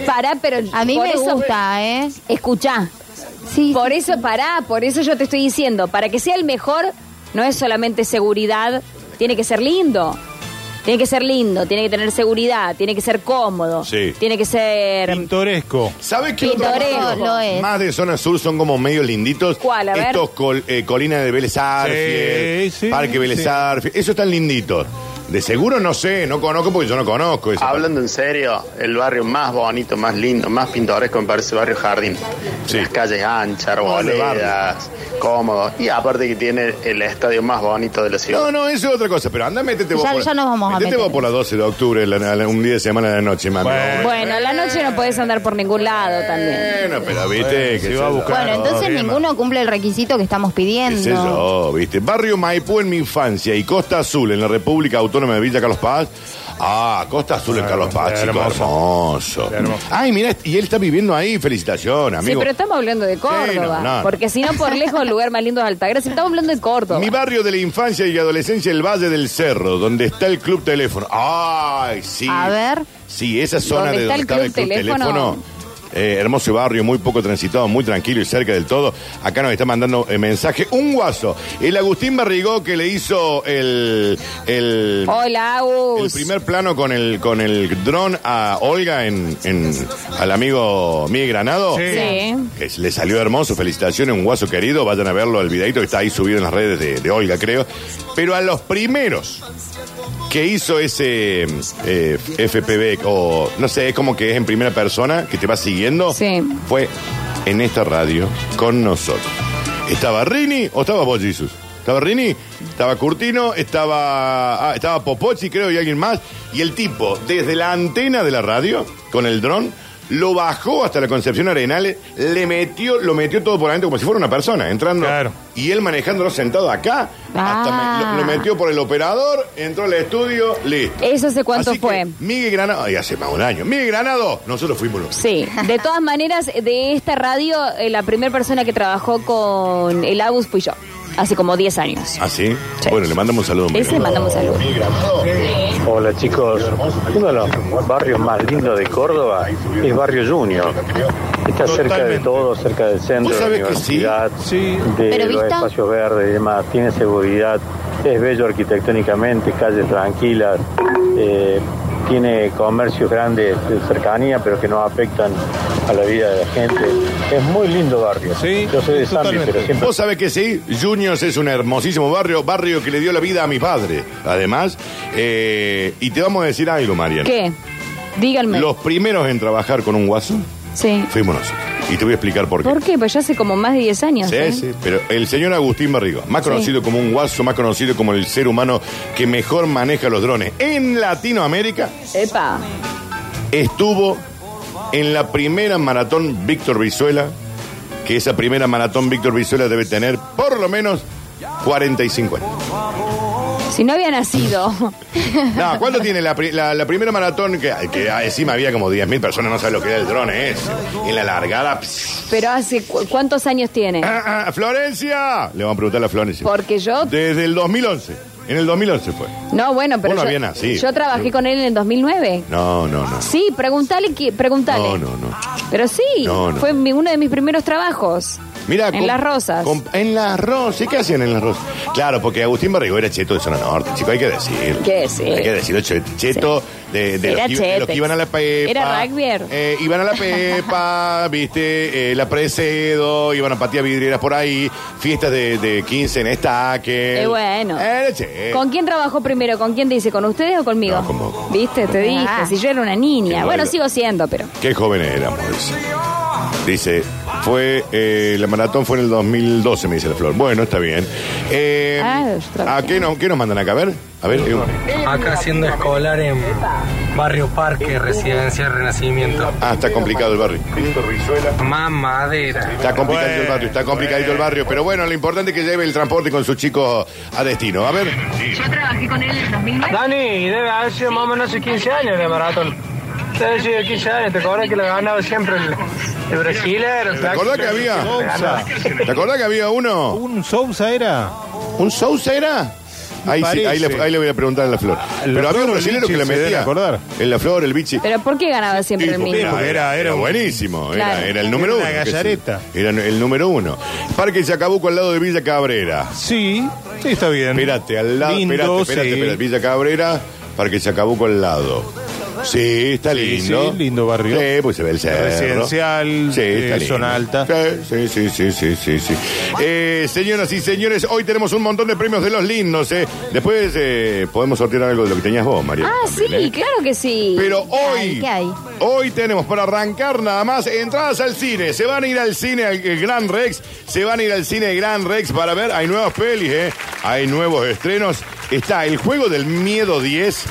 Speaker 2: Pará, pero...
Speaker 3: A mí
Speaker 2: por
Speaker 3: me
Speaker 2: eso-
Speaker 3: gusta, ¿eh?
Speaker 2: Escuchá.
Speaker 3: Sí.
Speaker 2: Por eso, pará, por eso yo te estoy diciendo, para que sea el mejor, no es solamente seguridad, tiene que ser lindo. Tiene que ser lindo, tiene que tener seguridad, tiene que ser cómodo,
Speaker 1: Sí.
Speaker 2: tiene que ser...
Speaker 4: Pintoresco.
Speaker 1: ¿Sabes qué otro
Speaker 2: Pintoresco.
Speaker 1: barrio?
Speaker 3: Lo es.
Speaker 1: Más de zona sur son como medio linditos.
Speaker 2: ¿Cuál? A ver.
Speaker 1: Estos col- eh, colinas de Vélez Arfiel,
Speaker 4: Sí, sí,
Speaker 1: Parque Vélez
Speaker 4: sí.
Speaker 1: Arfiel, Esos están linditos. De seguro no sé, no conozco porque yo no conozco eso.
Speaker 8: Hablando en serio, el barrio más bonito, más lindo, más pintoresco me parece el barrio Jardín.
Speaker 1: Sí.
Speaker 8: Las calles anchas,
Speaker 1: el barrio.
Speaker 8: arboledas, cómodo. Y aparte que tiene el estadio más bonito de la ciudad.
Speaker 1: No, no, eso es otra cosa, pero anda, métete vos.
Speaker 3: Ya-
Speaker 1: por,
Speaker 3: ya nos vamos a
Speaker 1: métete
Speaker 3: meter.
Speaker 1: vos por las 12 de octubre, la- la- un día de semana de la noche, mami.
Speaker 4: Bueno.
Speaker 2: Bueno, la noche no podés andar por ningún lado también.
Speaker 1: Bueno, pero viste,
Speaker 4: Bueno,
Speaker 1: qué
Speaker 4: se
Speaker 1: sé
Speaker 4: va a
Speaker 1: yo.
Speaker 4: buscar.
Speaker 3: Bueno,
Speaker 4: Claro,
Speaker 3: entonces
Speaker 4: bien,
Speaker 3: ninguno cumple el requisito que estamos
Speaker 1: Qué sé
Speaker 3: pidiendo.
Speaker 1: yo, viste. Barrio Maipú en mi infancia y Costa Azul en la República Autónoma de Villa Carlos Paz. Ah, Costa Azul en Carlos Paz,
Speaker 4: está
Speaker 1: chico, hermoso.
Speaker 4: hermoso.
Speaker 1: Ay, mira, y él está viviendo ahí, felicitación,
Speaker 2: Sí,
Speaker 1: amigo.
Speaker 2: pero estamos hablando de Córdoba,
Speaker 1: no, no.
Speaker 2: porque si no por lejos el lugar más lindo es Altagracia, estamos hablando de Córdoba.
Speaker 1: Mi barrio de la infancia y adolescencia, el Valle del Cerro, donde está el Club Teléfono. Ay, sí.
Speaker 3: A ver.
Speaker 1: Sí, esa zona
Speaker 2: ¿Dónde
Speaker 1: de
Speaker 2: está
Speaker 1: donde estaba
Speaker 2: el
Speaker 1: el Club
Speaker 2: Club
Speaker 1: Teléfono.
Speaker 2: Teléfono?
Speaker 1: eh, hermoso barrio, muy poco transitado, muy tranquilo y cerca del todo. Acá nos está mandando eh, mensaje un guaso. El Agustín Barrigó que le hizo el, el,
Speaker 2: Hola, Agus.
Speaker 1: el primer plano con el con el dron a Olga en, en- al amigo Miguel Granado.
Speaker 4: Sí.
Speaker 2: Sí.
Speaker 1: Que le salió hermoso, felicitaciones, un guaso querido, vayan a verlo al videito que está ahí subido en las redes de, de Olga, creo. Pero a los primeros que hizo ese eh, FPV, o no sé, es como que es en primera persona, que te va siguiendo,
Speaker 2: Sí.
Speaker 1: fue en esta radio con nosotros. ¿Estaba Rini o estaba vos, Jesus? Estaba Rini, estaba Curtino, estaba, ah, estaba Popochi, creo, y alguien más. Y el tipo, desde la antena de la radio, con el dron, lo bajó hasta la Concepción Arenales, le metió, lo metió todo por adentro como si fuera una persona, entrando.
Speaker 4: Claro.
Speaker 1: Y él manejándolo sentado acá, hasta
Speaker 2: Ah.
Speaker 1: me- lo, lo metió por el operador, entró al estudio, listo.
Speaker 2: ¿Eso hace cuánto
Speaker 1: Así que,
Speaker 2: fue?
Speaker 1: Miguel Granado, ay, hace más de un año. Miguel Granado, nosotros fuimos los.
Speaker 2: Sí, de todas maneras, de esta radio, eh, la primera persona que trabajó con el Agus fui yo, hace como 10 años.
Speaker 1: ¿Ah, sí?
Speaker 2: Sí.
Speaker 1: Bueno, le mandamos un saludo. a Miguel
Speaker 2: Ese le mandamos saludos.
Speaker 10: Hola chicos, uno de los barrios más lindos de Córdoba es Barrio Junior. Está cerca de todo, cerca del centro, de
Speaker 1: ¿Vos
Speaker 10: la
Speaker 1: sabés que
Speaker 10: universidad,
Speaker 3: Pero
Speaker 10: de los
Speaker 3: vista-
Speaker 10: espacios verdes y demás. Tiene seguridad, es bello arquitectónicamente, calles tranquilas, eh, tiene comercios grandes de cercanía, pero que no afectan a la vida de la gente. Es muy lindo barrio.
Speaker 4: Sí,
Speaker 10: Yo soy de Zambi,
Speaker 4: totalmente.
Speaker 10: pero siempre
Speaker 1: Vos sabés que sí, Juniors es un hermosísimo barrio, barrio que le dio la vida a mi padre, además. Eh, y te vamos a decir algo, Mariana.
Speaker 2: ¿Qué? Díganme.
Speaker 1: Los primeros en trabajar con un guaso
Speaker 2: Sí.
Speaker 1: fuimos nosotros. Y te voy a explicar por qué.
Speaker 2: ¿Por qué? Pues ya hace como más de 10 años. ¿eh?
Speaker 1: Sí, sí, pero el señor Agustín Barrigo, más
Speaker 2: Sí.
Speaker 1: conocido como un guaso, más conocido como el ser humano que mejor maneja los drones en Latinoamérica,
Speaker 2: Epa.
Speaker 1: estuvo en la primera maratón Víctor Brizuela, que esa primera maratón Víctor Brizuela debe tener por lo menos 45 años.
Speaker 2: Si no había nacido.
Speaker 1: No, ¿cuánto tiene la, pri- la- la primera maratón? Que, que encima había como 10.000 personas, no saben lo que era el drone, es. En la largada. pss.
Speaker 2: Pero hace cu- cuántos años tiene?
Speaker 1: Ah, ah, ¡Florencia! Le vamos a preguntar a Florencia.
Speaker 2: Porque yo.
Speaker 1: Desde el 2011. En el 2011 fue.
Speaker 2: No, bueno, pero.
Speaker 1: Vos no
Speaker 2: yo,
Speaker 1: había nacido.
Speaker 2: yo trabajé con él en el 2009.
Speaker 1: No, no, no.
Speaker 2: Sí, pregúntale. que- pregúntale.
Speaker 1: No, no, no.
Speaker 2: Pero sí,
Speaker 1: No, no.
Speaker 2: fue mi- uno de mis primeros trabajos.
Speaker 1: Mira,
Speaker 2: En Las Rosas.
Speaker 1: en Las Rosas. ¿Y qué hacían en Las Rosas? Claro, porque Agustín Barrigo era cheto de Zona Norte, chico, hay que decir.
Speaker 2: Hay que decir.
Speaker 1: Hay que decirlo, che- cheto de, de los,
Speaker 2: Era
Speaker 1: que- de los que
Speaker 2: chetes.
Speaker 1: iban a la pepa.
Speaker 2: Era rugbyer.
Speaker 1: Eh, iban a la pepa, viste, eh, la precedo, iban a patear vidrieras por ahí, fiestas de, de 15 en estaque.
Speaker 2: Eh, bueno.
Speaker 1: Era cheto.
Speaker 2: ¿Con quién trabajó primero? ¿Con quién dice? ¿Con ustedes o conmigo?
Speaker 1: eh. No, con vos.
Speaker 2: ¿Viste? Te dije,
Speaker 3: Ah.
Speaker 2: si yo era una niña.
Speaker 1: Qué
Speaker 2: Bueno,
Speaker 1: bárbaro.
Speaker 2: sigo siendo, pero.
Speaker 1: Qué jóvenes éramos, dice. Dice, fue, eh, la maratón fue en el 2012, me dice la flor. Bueno, está bien. Eh,
Speaker 2: Ah, yo trabajé.
Speaker 1: ¿A qué, no- qué nos mandan acá? A ver, a ver. eh,
Speaker 11: Acá siendo escolar en Barrio Parque, Residencia Renacimiento.
Speaker 1: Ah, está complicado el barrio.
Speaker 11: Mamadera.
Speaker 1: Está complicado el barrio, está complicadito el barrio. Pero bueno, lo importante es que lleve el transporte con sus chicos a destino. A ver,
Speaker 11: Dani, debe haber sido más o menos hace 15 años de maratón. Debe haber sido 15 años, te acuerdas que lo ganaba siempre el, el brasilero.
Speaker 1: ¿te acordás que había? ¿Te acordás que había uno?
Speaker 4: Un Sousa era.
Speaker 1: ¿Un Sousa era? Ahí, sí, ahí, le, ahí le voy a preguntar a la flor. Pero había un
Speaker 4: Flor,
Speaker 1: brasileño
Speaker 4: el
Speaker 1: que le
Speaker 4: Bichi, se
Speaker 1: metía.
Speaker 4: deben acordar.
Speaker 1: En la flor, el bichi.
Speaker 2: ¿Pero por qué ganaba siempre el
Speaker 1: Hijo,
Speaker 2: mismo?
Speaker 1: Era, era, era buenísimo, era-
Speaker 2: Claro.
Speaker 1: era, el número
Speaker 4: Era
Speaker 1: uno.
Speaker 4: una
Speaker 1: qué sé yo.
Speaker 4: gallareta.
Speaker 1: Era el número uno. Parque Chacabuco al lado de Villa Cabrera.
Speaker 4: Sí, sí, está bien.
Speaker 1: Espérate, al lado.
Speaker 4: Lindo,
Speaker 1: Espérate, espérate,
Speaker 4: sí.
Speaker 1: espérate. Villa Cabrera, Parque Chacabuco al lado. Sí, está lindo.
Speaker 4: sí, lindo barrio.
Speaker 1: Sí, pues se ve el cerro.
Speaker 4: Residencial, eh, zona alta.
Speaker 1: Sí, sí, sí, sí, sí, sí. Eh, señoras y señores, hoy tenemos un montón de premios de los lindos, ¿eh? Después eh, podemos sortear algo de lo que tenías vos, María. eh.
Speaker 2: Ah, sí, claro que sí.
Speaker 1: Pero hoy,
Speaker 3: hay? ¿Qué hay?
Speaker 1: hoy tenemos para arrancar nada más entradas al cine. Se van a ir al cine al al Gran Rex, se van a ir al cine Gran Rex para ver. Hay nuevas pelis, ¿eh? hay nuevos estrenos. Está el juego del miedo 10.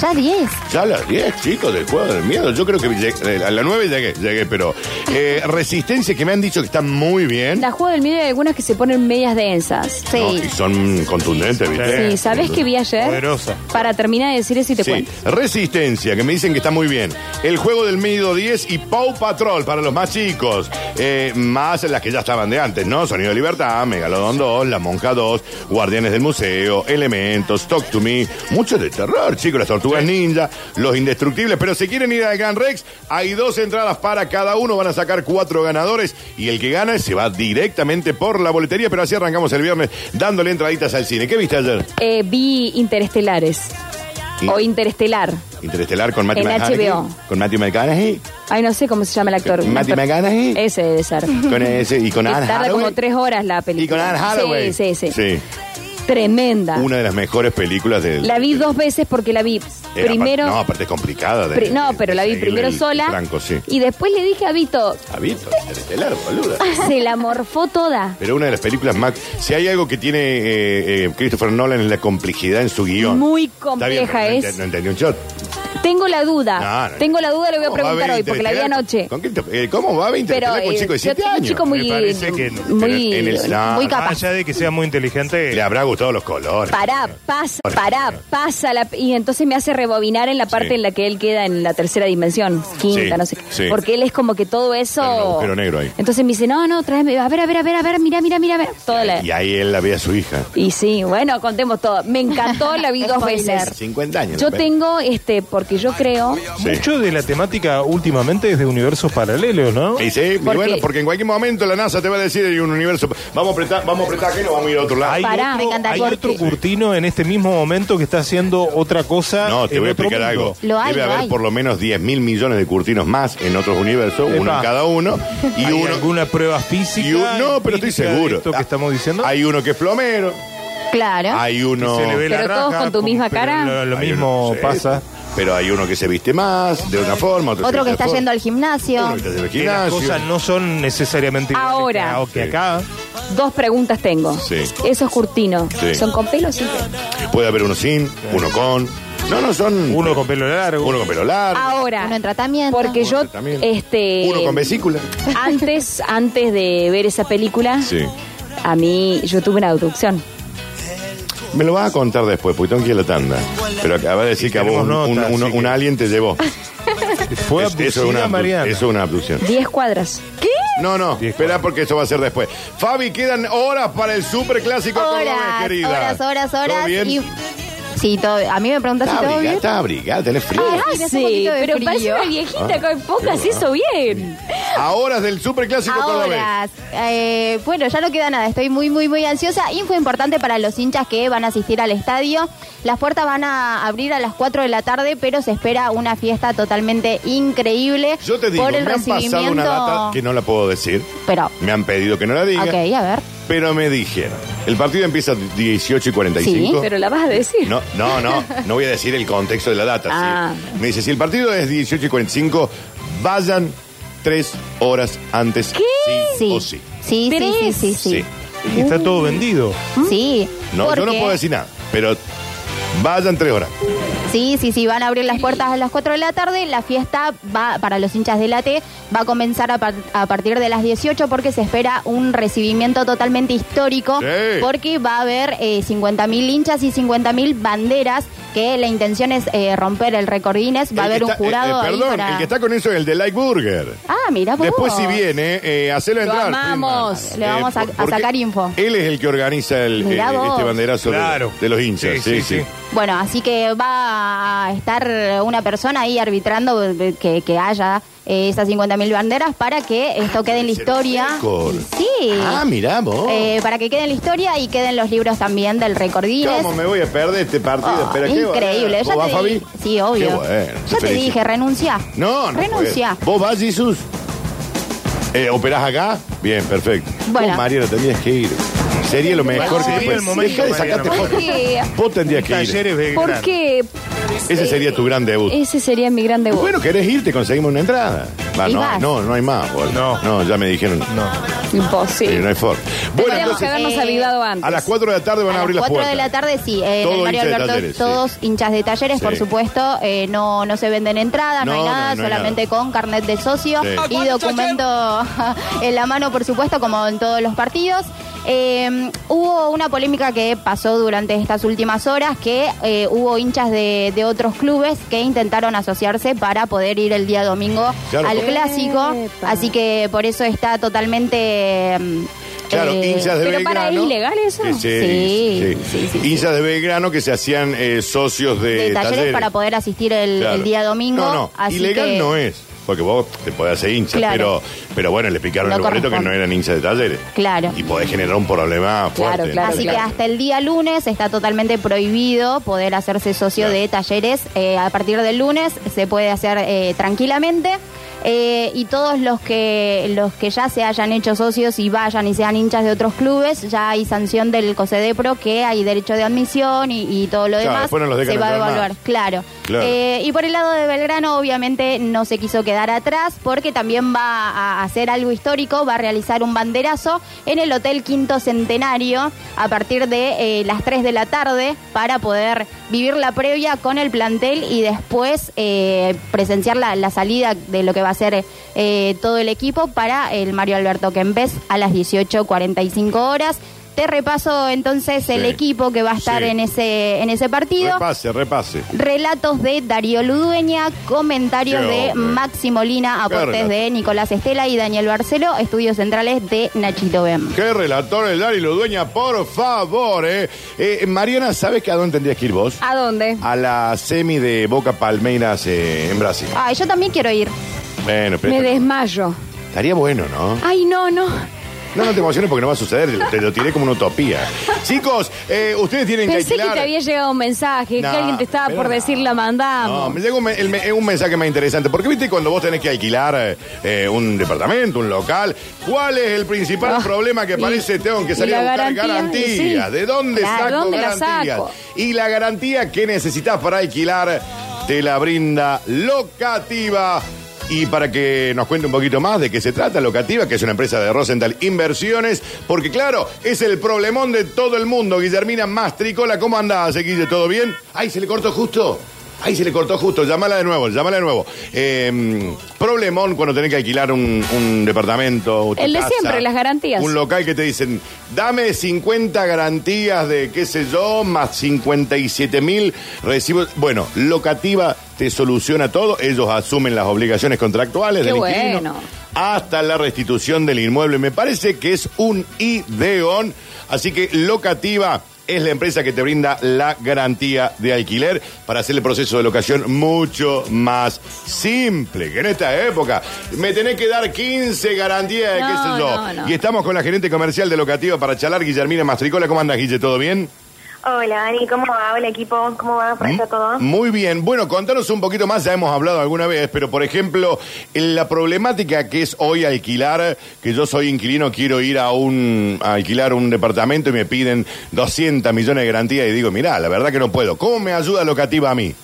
Speaker 3: Ya 10.
Speaker 1: Ya a las 10, chicos, del juego del miedo. Yo creo que llegué- eh, a las 9 llegué, llegué, pero eh, Resistencia que me han dicho que está muy bien.
Speaker 2: La juego del miedo hay algunas que se ponen medias densas.
Speaker 3: Sí.
Speaker 1: No, y son contundentes, ¿viste?
Speaker 2: Sí, ¿sabes qué vi ayer?
Speaker 4: Poderosa.
Speaker 2: Para terminar de decir eso y te
Speaker 1: Eh, Sí,
Speaker 2: cuento.
Speaker 1: Resistencia, que me dicen que está muy bien. El juego del medio 10 y Paw Patrol para los más chicos. Eh, más las que ya estaban de antes, ¿no? Sonido de Libertad, Megalodon 2, La Monja 2, Guardianes del Museo, Elementos, Talk to Me. Muchos de terror, chicos. Las Tortugas Ninja, Los Indestructibles. Pero si quieren ir al Gran Rex, hay dos entradas para cada uno. Van a sacar cuatro ganadores y el que gana se va directamente por la boletería. Pero así arrancamos el viernes dándole entraditas al cine. ¿Qué viste ayer?
Speaker 2: Eh, vi Interestelares. O Interestelar.
Speaker 1: Interestelar con Matthew
Speaker 2: En
Speaker 1: McConaughey.
Speaker 2: HBO.
Speaker 1: Con Matthew McConaughey.
Speaker 2: Ay, no sé cómo se llama el actor.
Speaker 1: Matthew McConaughey.
Speaker 2: Ese debe ser.
Speaker 1: Con ese, y con
Speaker 2: Y
Speaker 1: Anne
Speaker 2: tarda
Speaker 1: Hathaway.
Speaker 2: como tres horas la película.
Speaker 1: Y con Anne Hathaway.
Speaker 2: Sí, sí, sí. Tremenda.
Speaker 1: Una de las mejores películas del.
Speaker 2: La vi dos veces porque la vi
Speaker 1: Era
Speaker 2: primero.
Speaker 1: aparte- no, aparte es complicada. de-
Speaker 2: pri- no,
Speaker 1: de-
Speaker 2: pero
Speaker 1: de
Speaker 2: la vi
Speaker 1: seguirle
Speaker 2: primero
Speaker 1: el- el
Speaker 2: sola.
Speaker 1: Franco, sí.
Speaker 2: Y después le dije a Vito,
Speaker 1: Ah, visto, Interestelar, boluda.
Speaker 2: se la morfó toda.
Speaker 1: Pero una de las películas más. Si hay algo que tiene eh, eh, Christopher Nolan es la complejidad en su guión.
Speaker 2: Muy
Speaker 1: Está bien,
Speaker 2: compleja
Speaker 1: pero no
Speaker 2: es.
Speaker 1: ent- No entendí un shot.
Speaker 2: Tengo la duda.
Speaker 1: No, no.
Speaker 2: Tengo la duda, le voy a
Speaker 1: ¿Cómo va
Speaker 2: preguntar hoy, porque la vi
Speaker 1: interestelar?
Speaker 2: anoche.
Speaker 1: ¿Con qué te- eh, ¿Cómo va a interestelar
Speaker 2: Pero,
Speaker 1: con un
Speaker 2: eh,
Speaker 1: chico de
Speaker 2: yo
Speaker 1: 7
Speaker 2: tengo un
Speaker 1: años?
Speaker 2: chico muy-
Speaker 1: Me parece que-
Speaker 2: muy-
Speaker 1: pero en el- no,
Speaker 2: muy
Speaker 1: no,
Speaker 2: capaz.
Speaker 4: Más allá de que sea muy inteligente.
Speaker 1: Le habrá gustado los colores.
Speaker 2: Pará, pasa, pará, pasa. La, y entonces me hace rebobinar en la parte en la que él queda en la tercera dimensión, quinta,
Speaker 1: Sí,
Speaker 2: no sé qué.
Speaker 1: sí.
Speaker 2: Porque él es como que todo eso.
Speaker 1: Agujero negro ahí.
Speaker 2: Entonces me dice, no, no, tráeme, a ver, a ver, a ver, a ver, mira, mira, mira, mira. Toda la-
Speaker 1: Y ahí él la ve a su hija.
Speaker 2: Y sí, bueno, contemos todo. Me encantó, la vi dos veces.
Speaker 1: 50 años.
Speaker 2: Yo
Speaker 1: la peli.
Speaker 2: tengo, este, porque yo creo.
Speaker 4: Mucho de la temática últimamente es de universos paralelos, ¿no?
Speaker 1: Sí, sí, y bueno, porque en cualquier momento la NASA te va a decir hay un universo. Vamos a apretar, vamos a apretar aquí y nos vamos a ir a otro lado.
Speaker 4: Hay otro,
Speaker 3: me encantaría.
Speaker 4: hay
Speaker 3: Porque-
Speaker 4: otro curtino en este mismo momento que está haciendo otra cosa.
Speaker 1: No, te
Speaker 4: en
Speaker 1: voy a
Speaker 4: otro
Speaker 1: explicar
Speaker 4: mundo.
Speaker 1: algo.
Speaker 3: Lo hay,
Speaker 1: Debe
Speaker 3: lo
Speaker 1: haber
Speaker 3: hay.
Speaker 1: por lo menos 10 mil millones de curtinos más en otros universos, uno
Speaker 4: Epa.
Speaker 1: en cada uno. Y
Speaker 4: ¿Hay
Speaker 1: uno.
Speaker 4: alguna prueba física?
Speaker 1: y un- no, pero estoy
Speaker 4: empírica de
Speaker 1: seguro. Ah,
Speaker 4: Esto que estamos diciendo.
Speaker 1: Hay uno que es plomero,
Speaker 3: Claro.
Speaker 1: hay uno.
Speaker 4: Se le ve la
Speaker 2: Pero todos
Speaker 4: raja,
Speaker 2: con tu
Speaker 4: como-
Speaker 2: misma
Speaker 4: pero
Speaker 2: cara.
Speaker 4: Lo, lo
Speaker 1: Hay
Speaker 4: mismo
Speaker 1: uno- sí,
Speaker 4: pasa.
Speaker 1: Pero hay uno que se viste más, de una forma, otro,
Speaker 3: Otro que está yendo al
Speaker 1: Uno
Speaker 3: gimnasio.
Speaker 1: que está en el
Speaker 4: Que las
Speaker 1: gimnasio.
Speaker 4: cosas no son necesariamente iguales
Speaker 2: Ahora.
Speaker 4: que- o que acá.
Speaker 2: Dos preguntas tengo.
Speaker 1: Sí.
Speaker 2: Esos curtinos,
Speaker 1: Sí.
Speaker 2: ¿son con pelo o sin pelo?
Speaker 1: Puede haber uno sin, uno con. No, no son.
Speaker 4: Uno con pelo largo.
Speaker 1: Uno con pelo
Speaker 3: Ah,
Speaker 1: largo.
Speaker 2: Ahora,
Speaker 3: Uno en tratamiento.
Speaker 2: porque yo,
Speaker 1: también.
Speaker 2: este...
Speaker 1: Uno con vesícula.
Speaker 2: Antes, antes de ver esa película,
Speaker 1: Sí.
Speaker 2: a mí yo tuve una abducción.
Speaker 1: Me lo vas a contar después, porque tengo que ir a la tanda. Pero acaba de decir
Speaker 4: Y
Speaker 1: que a vos
Speaker 4: tenemos
Speaker 1: un, un-
Speaker 4: nota,
Speaker 1: un-
Speaker 4: así
Speaker 1: un
Speaker 4: que-
Speaker 1: alien te llevó.
Speaker 4: Fue
Speaker 1: Es- eso, es una,
Speaker 4: abducida
Speaker 1: abdu-
Speaker 4: Mariana.
Speaker 1: eso es una abducción.
Speaker 2: 10 cuadras. ¿Qué?
Speaker 1: No, no,
Speaker 4: Diez
Speaker 1: espera
Speaker 4: cuadros.
Speaker 1: porque eso va a ser después. Fabi, quedan horas para el superclásico cordobés,
Speaker 3: Horas,
Speaker 1: querida.
Speaker 3: horas, horas,
Speaker 1: ¿Todo
Speaker 3: horas.
Speaker 1: bien?
Speaker 3: Y... Sí, todo. A mí me preguntas
Speaker 1: Está
Speaker 3: si todo
Speaker 1: abrigada,
Speaker 3: bien.
Speaker 1: está abrigada, tenés frío.
Speaker 3: Ah, Ay, me hace un
Speaker 2: sí,
Speaker 3: poquito de
Speaker 2: pero
Speaker 3: frío.
Speaker 2: parece una
Speaker 1: Ah,
Speaker 2: viejita con pocas, eso bien.
Speaker 1: A horas del superclásico cordobés.
Speaker 3: Ahora, eh, bueno, ya no queda nada. Estoy muy, muy, muy ansiosa. Info importante para los hinchas que van a asistir al estadio. Las puertas van a abrir a las 4 de la tarde, pero se espera una fiesta totalmente increíble.
Speaker 1: Yo te digo,
Speaker 3: por
Speaker 1: me
Speaker 3: el
Speaker 1: han pasado una
Speaker 3: recibimiento.
Speaker 1: data que no la puedo decir.
Speaker 3: Pero,
Speaker 1: Me han pedido que no la diga.
Speaker 3: ok, a ver.
Speaker 1: Pero me dijeron, el partido empieza a 18 y 45.
Speaker 3: Sí,
Speaker 2: Pero la vas a decir.
Speaker 1: No, no, no, no voy a decir el contexto de la data. sí.
Speaker 2: Ah.
Speaker 1: Me dice, si el partido es 18 y 45, vayan tres horas antes. Sí,
Speaker 3: Sí.
Speaker 1: o sí.
Speaker 3: Sí, sí, sí,
Speaker 2: Tres.
Speaker 3: sí, sí.
Speaker 4: Y está todo vendido.
Speaker 3: Sí,
Speaker 1: ¿Mm? No, yo no
Speaker 3: porque-
Speaker 1: puedo decir nada, pero vayan tres horas.
Speaker 3: Sí, sí, sí, van a abrir las puertas a las 4 de la tarde. La fiesta va para los hinchas de la T va a comenzar a, par- a partir de las 18 porque se espera un recibimiento totalmente histórico
Speaker 1: Sí.
Speaker 3: porque va a haber eh, 50.000 hinchas y 50.000 banderas que la intención es eh, romper el récord Guinness. Va a
Speaker 1: El
Speaker 3: haber
Speaker 1: que
Speaker 3: un
Speaker 1: está- eh,
Speaker 3: jurado
Speaker 1: eh,
Speaker 3: ahí
Speaker 1: perdón,
Speaker 3: para-
Speaker 1: el que está con eso es el de Like Burger.
Speaker 3: Ah, mira vos.
Speaker 1: Después si viene, eh, hacelo
Speaker 2: Lo
Speaker 1: entrar.
Speaker 2: amamos.
Speaker 1: Friedman.
Speaker 3: Le vamos a-
Speaker 1: por-
Speaker 3: a
Speaker 1: porque
Speaker 3: sacar info.
Speaker 1: Él es el que organiza el,
Speaker 3: Mirá
Speaker 1: eh,
Speaker 3: vos.
Speaker 1: este banderazo de-
Speaker 4: Claro.
Speaker 1: de, los hinchas. Sí, sí.
Speaker 4: Sí, sí, sí.
Speaker 3: Bueno, así que va a estar una persona ahí arbitrando eh, que, que haya eh, esas 50.0il banderas para que esto quede en la
Speaker 1: Ese era
Speaker 3: historia.
Speaker 1: récord.
Speaker 3: Sí.
Speaker 1: Ah, mirá vos.
Speaker 3: Eh, para que quede en la historia y queden los libros también del récord Guinness.
Speaker 1: ¿Cómo me voy a perder este partido?
Speaker 3: Oh,
Speaker 1: Espera, ¿qué va a haber?
Speaker 3: increíble. Ya
Speaker 1: ¿Vos vas,
Speaker 3: te
Speaker 1: Fabi?
Speaker 3: di- Sí, obvio.
Speaker 1: Qué bueno,
Speaker 3: ya te
Speaker 1: felicito.
Speaker 3: dije, renuncia.
Speaker 1: No, no.
Speaker 3: Renuncia.
Speaker 1: podés. ¿Vos vas, Jesús? Eh, ¿Operás acá? Bien, perfecto.
Speaker 3: Bueno.
Speaker 1: Vos, Mariano, tendrías que ir. Sería lo mejor
Speaker 4: Sería
Speaker 1: que puedes.
Speaker 4: el momento,
Speaker 1: Deja de
Speaker 4: Mariano.
Speaker 1: sacarte fotos.
Speaker 2: Porque,
Speaker 1: Vos tendrías que ir.
Speaker 4: Talleres de
Speaker 2: porque
Speaker 1: Ese sería tu gran debut.
Speaker 2: ese sería mi gran debut.
Speaker 1: Bueno, querés ir, te conseguimos una entrada. Va,
Speaker 3: Y
Speaker 1: no,
Speaker 3: vas.
Speaker 1: no, no hay más. boludo.
Speaker 4: No.
Speaker 1: No, ya me dijeron. No,
Speaker 2: Imposible.
Speaker 1: no hay forma. Bueno,
Speaker 2: Tendríamos que
Speaker 1: entonces,
Speaker 2: habernos
Speaker 3: Eh,
Speaker 2: avivado antes.
Speaker 1: a las 4 de la tarde van a,
Speaker 3: A
Speaker 1: abrir
Speaker 3: las
Speaker 1: las
Speaker 3: 4
Speaker 1: puertas.
Speaker 3: de la tarde, sí. eh, en
Speaker 1: Todo
Speaker 3: el Mario
Speaker 1: hincha de
Speaker 3: Alberto,
Speaker 1: Talleres, sí.
Speaker 3: todos hinchas de talleres,
Speaker 1: Sí.
Speaker 3: por supuesto. eh, no, no se venden entradas, no,
Speaker 1: No,
Speaker 3: hay
Speaker 1: no,
Speaker 3: nada,
Speaker 1: no hay
Speaker 3: solamente con carnet de socio
Speaker 1: Sí.
Speaker 3: y documento en la mano, por supuesto, como en todos los partidos. Eh, hubo una polémica que pasó durante estas últimas horas, que eh, hubo hinchas de, de otros clubes que intentaron asociarse para poder ir el día domingo
Speaker 1: Claro.
Speaker 3: al clásico.
Speaker 2: Epa.
Speaker 3: Así que por eso está totalmente... mm,
Speaker 1: Claro,
Speaker 3: eh,
Speaker 1: hinchas de
Speaker 2: pero
Speaker 1: Belgrano.
Speaker 2: para, ¿es ilegal eso?
Speaker 1: que se-
Speaker 3: Sí,
Speaker 1: sí.
Speaker 3: sí, sí, sí.
Speaker 1: Hinchas de Belgrano que se hacían eh, socios de,
Speaker 3: de talleres, para poder asistir el,
Speaker 1: Claro.
Speaker 3: el día domingo.
Speaker 1: No, no,
Speaker 3: así
Speaker 1: ilegal
Speaker 3: que-
Speaker 1: no es. Porque vos te podés hacer hincha,
Speaker 3: Claro.
Speaker 1: pero, pero bueno, le picaron
Speaker 3: No
Speaker 1: el boleto que
Speaker 3: corresponde.
Speaker 1: no eran hinchas de talleres.
Speaker 3: Claro.
Speaker 1: Y podés generar un problema fuerte.
Speaker 2: claro,
Speaker 3: Así
Speaker 2: claro.
Speaker 3: que hasta el día lunes está totalmente prohibido poder hacerse socio
Speaker 1: Claro.
Speaker 3: de talleres. Eh, a partir del lunes se puede hacer eh, tranquilamente. Eh, y todos los que los que ya se hayan hecho socios y vayan y sean hinchas de otros clubes, ya hay sanción del COSEDEPRO que hay derecho de admisión y, y todo lo
Speaker 1: Claro,
Speaker 3: demás
Speaker 1: después no los dejan
Speaker 3: se va a
Speaker 1: entrar más.
Speaker 3: evaluar. Claro.
Speaker 1: Claro.
Speaker 3: Eh, y por el lado de Belgrano, obviamente no se quiso quedar quedar atrás porque también va a hacer algo histórico, va a realizar un banderazo en el Hotel Quinto Centenario a partir de eh, las 3 de la tarde para poder vivir la previa con el plantel y después eh, presenciar la, la salida de lo que va a ser eh, todo el equipo para el Mario Alberto Kempes a las 18.45 horas. Te repaso entonces el
Speaker 1: Sí.
Speaker 3: equipo que va a estar
Speaker 1: Sí.
Speaker 3: en ese en ese partido.
Speaker 1: Repase, repase.
Speaker 3: Relatos de Darío Ludueña, comentarios
Speaker 1: Qué
Speaker 3: de
Speaker 1: hombre.
Speaker 3: Maxi Molina, aportes
Speaker 1: relato.
Speaker 3: de Nicolás Estela y Daniel Barceló, estudios centrales de Nachito Bem.
Speaker 1: Qué relator el Dari Ludueña, por favor, eh. Eh, Mariana, ¿sabes que a dónde tendrías que ir vos?
Speaker 2: ¿A dónde?
Speaker 1: A la semi de Boca Palmeiras eh, en Brasil.
Speaker 3: Ah, yo también quiero ir.
Speaker 1: Bueno, pero
Speaker 2: Me desmayo.
Speaker 1: estaría bueno, ¿no?
Speaker 2: Ay, no, no.
Speaker 1: No, no te emociones porque no va a suceder, te lo- te lo tiré como una utopía. Chicos, eh, ustedes tienen
Speaker 2: Pensé que
Speaker 1: alquilar-
Speaker 2: te había llegado un mensaje,
Speaker 1: No,
Speaker 2: que alguien te estaba
Speaker 1: pero
Speaker 2: por
Speaker 1: no.
Speaker 2: decir la mandamos.
Speaker 1: No, me llega un, me- el me- un mensaje más interesante. Porque viste cuando vos tenés que alquilar eh, eh, un departamento, un local, ¿cuál es el principal
Speaker 2: Ah,
Speaker 1: problema que
Speaker 2: y-
Speaker 1: aparece? Tengo que
Speaker 2: y
Speaker 1: salir
Speaker 2: la
Speaker 1: a buscar
Speaker 2: garantía,
Speaker 1: garantías.
Speaker 2: y sí.
Speaker 1: ¿De dónde
Speaker 2: Claro,
Speaker 1: saco
Speaker 2: ¿dónde la
Speaker 1: garantías?
Speaker 2: saco?
Speaker 1: Y la garantía que necesitas para alquilar te la brinda Locativa. Y para que nos cuente un poquito más de qué se trata Locativa, que es una empresa de Rosenthal Inversiones, porque claro, es el problemón de todo el mundo. Guillermina Mastricola, ¿cómo andás, eh, Guille? ¿Todo bien? ¡Ay, se le cortó justo! ¡Ay, se le cortó justo! Llámala de nuevo, llámala de nuevo. Eh, problemón cuando tenés que alquilar un, un departamento. tu
Speaker 2: El de siempre, las garantías.
Speaker 1: Un local que te dicen, dame 50 garantías de qué sé yo, más 57 mil recibos. Bueno, locativa te soluciona todo. Ellos asumen las obligaciones contractuales
Speaker 2: Qué
Speaker 1: del inquilino
Speaker 2: bueno.
Speaker 1: hasta la restitución del inmueble. Me parece que es un ideón. Así que Locativa es la empresa que te brinda la garantía de alquiler para hacer el proceso de locación mucho más simple. Que en esta época me tenés que dar 15 garantías de qué
Speaker 12: No,
Speaker 1: sé yo.
Speaker 12: no, no.
Speaker 1: Y estamos con la gerente comercial de Locativa para charlar, Guillermina Mastricola. ¿Cómo andas, Guille? ¿Todo bien? Mm,
Speaker 12: Hola, Ani, ¿cómo va? Hola, equipo, ¿cómo va? ¿Por allá todo?
Speaker 1: Muy bien. Bueno, contanos un poquito más, ya hemos hablado alguna vez, pero por ejemplo, en la problemática que es hoy alquilar, que yo soy inquilino, quiero ir a un a alquilar un departamento y me piden 200 millones de garantía y digo, mirá, la verdad que no puedo. ¿Cómo me ayuda Locativa a mí?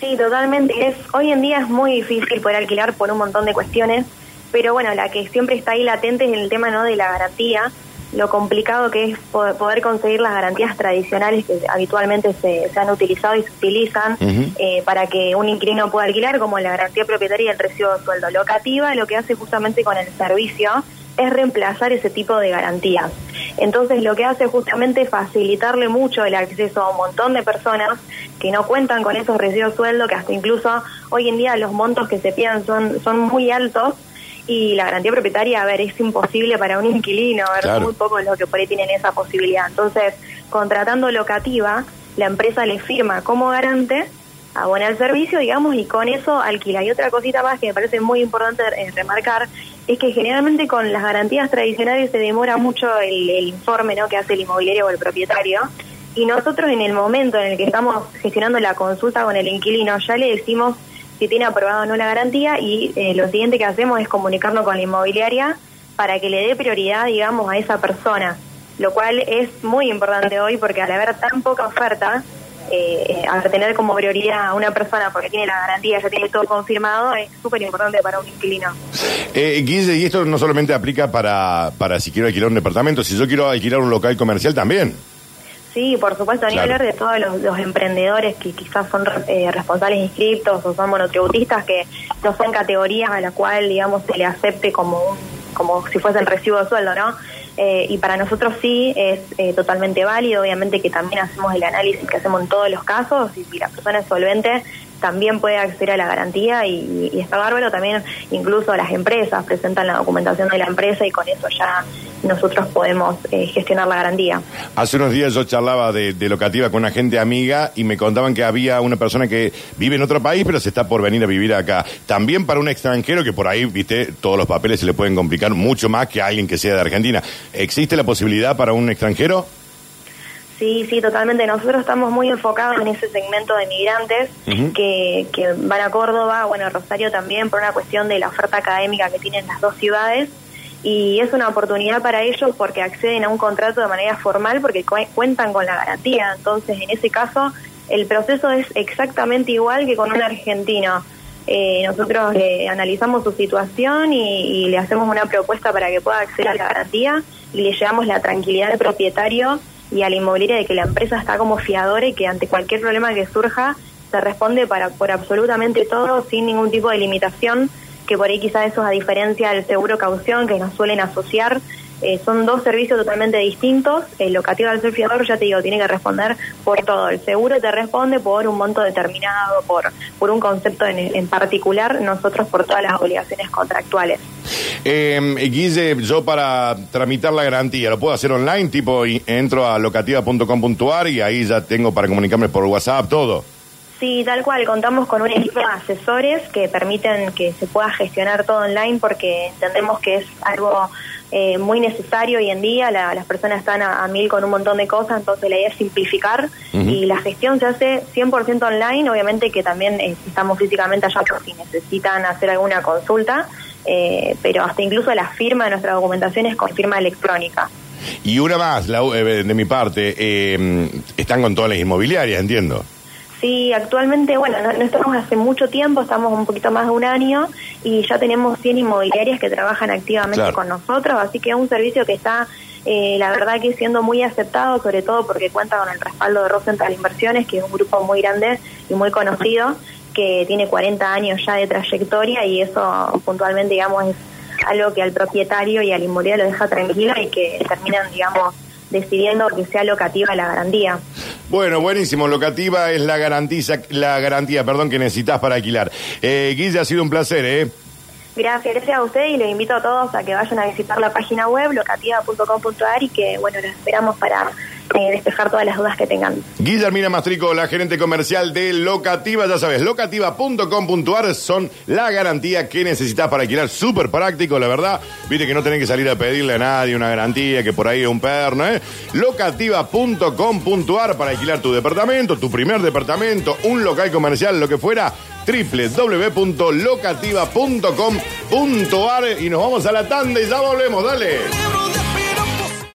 Speaker 12: Sí, totalmente. Es, hoy en día es muy difícil poder alquilar por un montón de cuestiones, pero bueno, la que siempre está ahí latente es el tema no de la garantía, lo complicado que es po- poder conseguir las garantías tradicionales que habitualmente se, se han utilizado y se utilizan
Speaker 13: Ujú.
Speaker 12: eh, para que un inquilino pueda alquilar, como la garantía propietaria y el recibo de sueldo. Locativa lo que hace justamente con el servicio es reemplazar ese tipo de garantías. Entonces lo que hace justamente es facilitarle mucho el acceso a un montón de personas que no cuentan con esos recibos de sueldo, que hasta incluso hoy en día los montos que se piden son, son muy altos y la garantía propietaria, a ver, es imposible para un inquilino, a ver,
Speaker 13: Claro.
Speaker 12: muy pocos los que por ahí tienen esa posibilidad. Entonces, contratando locativa, la empresa le firma como garante abona el servicio, digamos, y con eso alquila. Y otra cosita más que me parece muy importante eh, remarcar es que generalmente con las garantías tradicionales se demora mucho el, el informe ¿no? que hace el inmobiliario o el propietario. Y nosotros en el momento en el que estamos gestionando la consulta con el inquilino ya le decimos si tiene aprobado o no la garantía y eh, lo siguiente que hacemos es comunicarnos con la inmobiliaria para que le dé prioridad, digamos, a esa persona, lo cual es muy importante hoy porque al haber tan poca oferta, eh, eh, al tener como prioridad a una persona porque tiene la garantía, ya tiene todo confirmado, es súper importante para un inquilino.
Speaker 1: Eh, Guille, y esto no solamente aplica para, para si quiero alquilar un departamento, si yo quiero alquilar un local comercial también.
Speaker 12: Sí, por supuesto, ni
Speaker 1: Claro.
Speaker 12: hablar de todos los, los emprendedores que quizás son eh, responsables inscriptos o son monotributistas, que no son categorías a la cual, digamos, se le acepte como un- como si fuese el recibo de sueldo, ¿no? Eh, y para nosotros sí es eh, totalmente válido, obviamente que también hacemos el análisis que hacemos en todos los casos y si la persona es solvente también puede acceder a la garantía y, y está bárbaro también incluso las empresas presentan la documentación de la empresa y con eso ya nosotros podemos eh, gestionar la garantía.
Speaker 1: Hace unos días yo charlaba de, de locativa con una gente amiga y me contaban que había una persona que vive en otro país pero se está por venir a vivir acá. También para un extranjero que por ahí, viste, todos los papeles se le pueden complicar mucho más que a alguien que sea de Argentina. ¿Existe la posibilidad para un extranjero?
Speaker 12: Sí, sí, totalmente. Nosotros estamos muy enfocados en ese segmento de migrantes
Speaker 1: Ujú.
Speaker 12: que, que van a Córdoba, bueno, a Rosario también, por una cuestión de la oferta académica que tienen las dos ciudades. Y es una oportunidad para ellos porque acceden a un contrato de manera formal porque cu- cuentan con la garantía. Entonces, en ese caso, el proceso es exactamente igual que con un argentino.
Speaker 4: eh, nosotros le analizamos su situación y, y le hacemos una propuesta para que pueda acceder a la garantía y le llevamos la tranquilidad al propietario y a la inmobiliaria de que la empresa está como fiadora y que ante cualquier problema que surja se responde para por absolutamente todo sin ningún tipo de limitación que por ahí quizás eso es a diferencia del seguro caución que nos suelen asociar eh, son dos servicios totalmente distintos. El locativo del surfiador, ya te digo, tiene que responder por todo. El seguro te responde por un monto determinado, por, por un concepto en, en particular, nosotros por todas las obligaciones contractuales.
Speaker 1: Eh, Guille, yo para tramitar la garantía, ¿lo puedo hacer online? Tipo, y- entro a locativa.com.ar y ahí ya tengo para comunicarme por WhatsApp, todo.
Speaker 4: Sí, tal cual. Contamos con un equipo de asesores que permiten que se pueda gestionar todo online porque entendemos que es algo eh, muy necesario hoy en día. La- las personas están a, a mil con un montón de cosas, entonces la idea es simplificar
Speaker 12: Ujú.
Speaker 4: y la gestión se hace 100% online. Obviamente que también eh, si estamos físicamente allá por si necesitan hacer alguna consulta, eh, pero hasta incluso la firma de nuestra documentación es con firma electrónica.
Speaker 1: Y una más, la u- eh, de mi parte, eh, están con todas las inmobiliarias, entiendo.
Speaker 4: Sí, actualmente, bueno, no, no estamos hace mucho tiempo, estamos un poquito más de un año y ya tenemos 100 inmobiliarias que trabajan activamente
Speaker 12: Claro.
Speaker 4: con nosotros, así que es un servicio que está, eh, la verdad que siendo muy aceptado, sobre todo porque cuenta con el respaldo de Rosenthal Inversiones, que es un grupo muy grande y muy conocido, que tiene 40 años ya de trayectoria y eso puntualmente, digamos, es algo que al propietario y al inmobiliario lo deja tranquilo y que terminan, digamos, decidiendo que sea locativa la garantía.
Speaker 1: Bueno, buenísimo. Locativa es la garantiza, la garantía, perdón, que necesitas para alquilar. Eh, Guille, ha sido un placer, ¿eh?
Speaker 4: Gracias, gracias a ustedes y los invito a todos a que vayan a visitar la página web locativa.com.ar y que, bueno, los esperamos para eh, despejar todas las dudas que tengan.
Speaker 1: Guillermina Mastrico, la gerente comercial de Locativa, ya sabes, locativa.com.ar son la garantía que necesitas para alquilar. Súper práctico, la verdad. Viste que no tenés que salir a pedirle a nadie una garantía, que por ahí es un perno, ¿eh? Locativa.com.ar para alquilar tu departamento, tu primer departamento, un local comercial, lo que fuera www.locativa.com.ar y nos vamos a la tanda y ya volvemos, dale.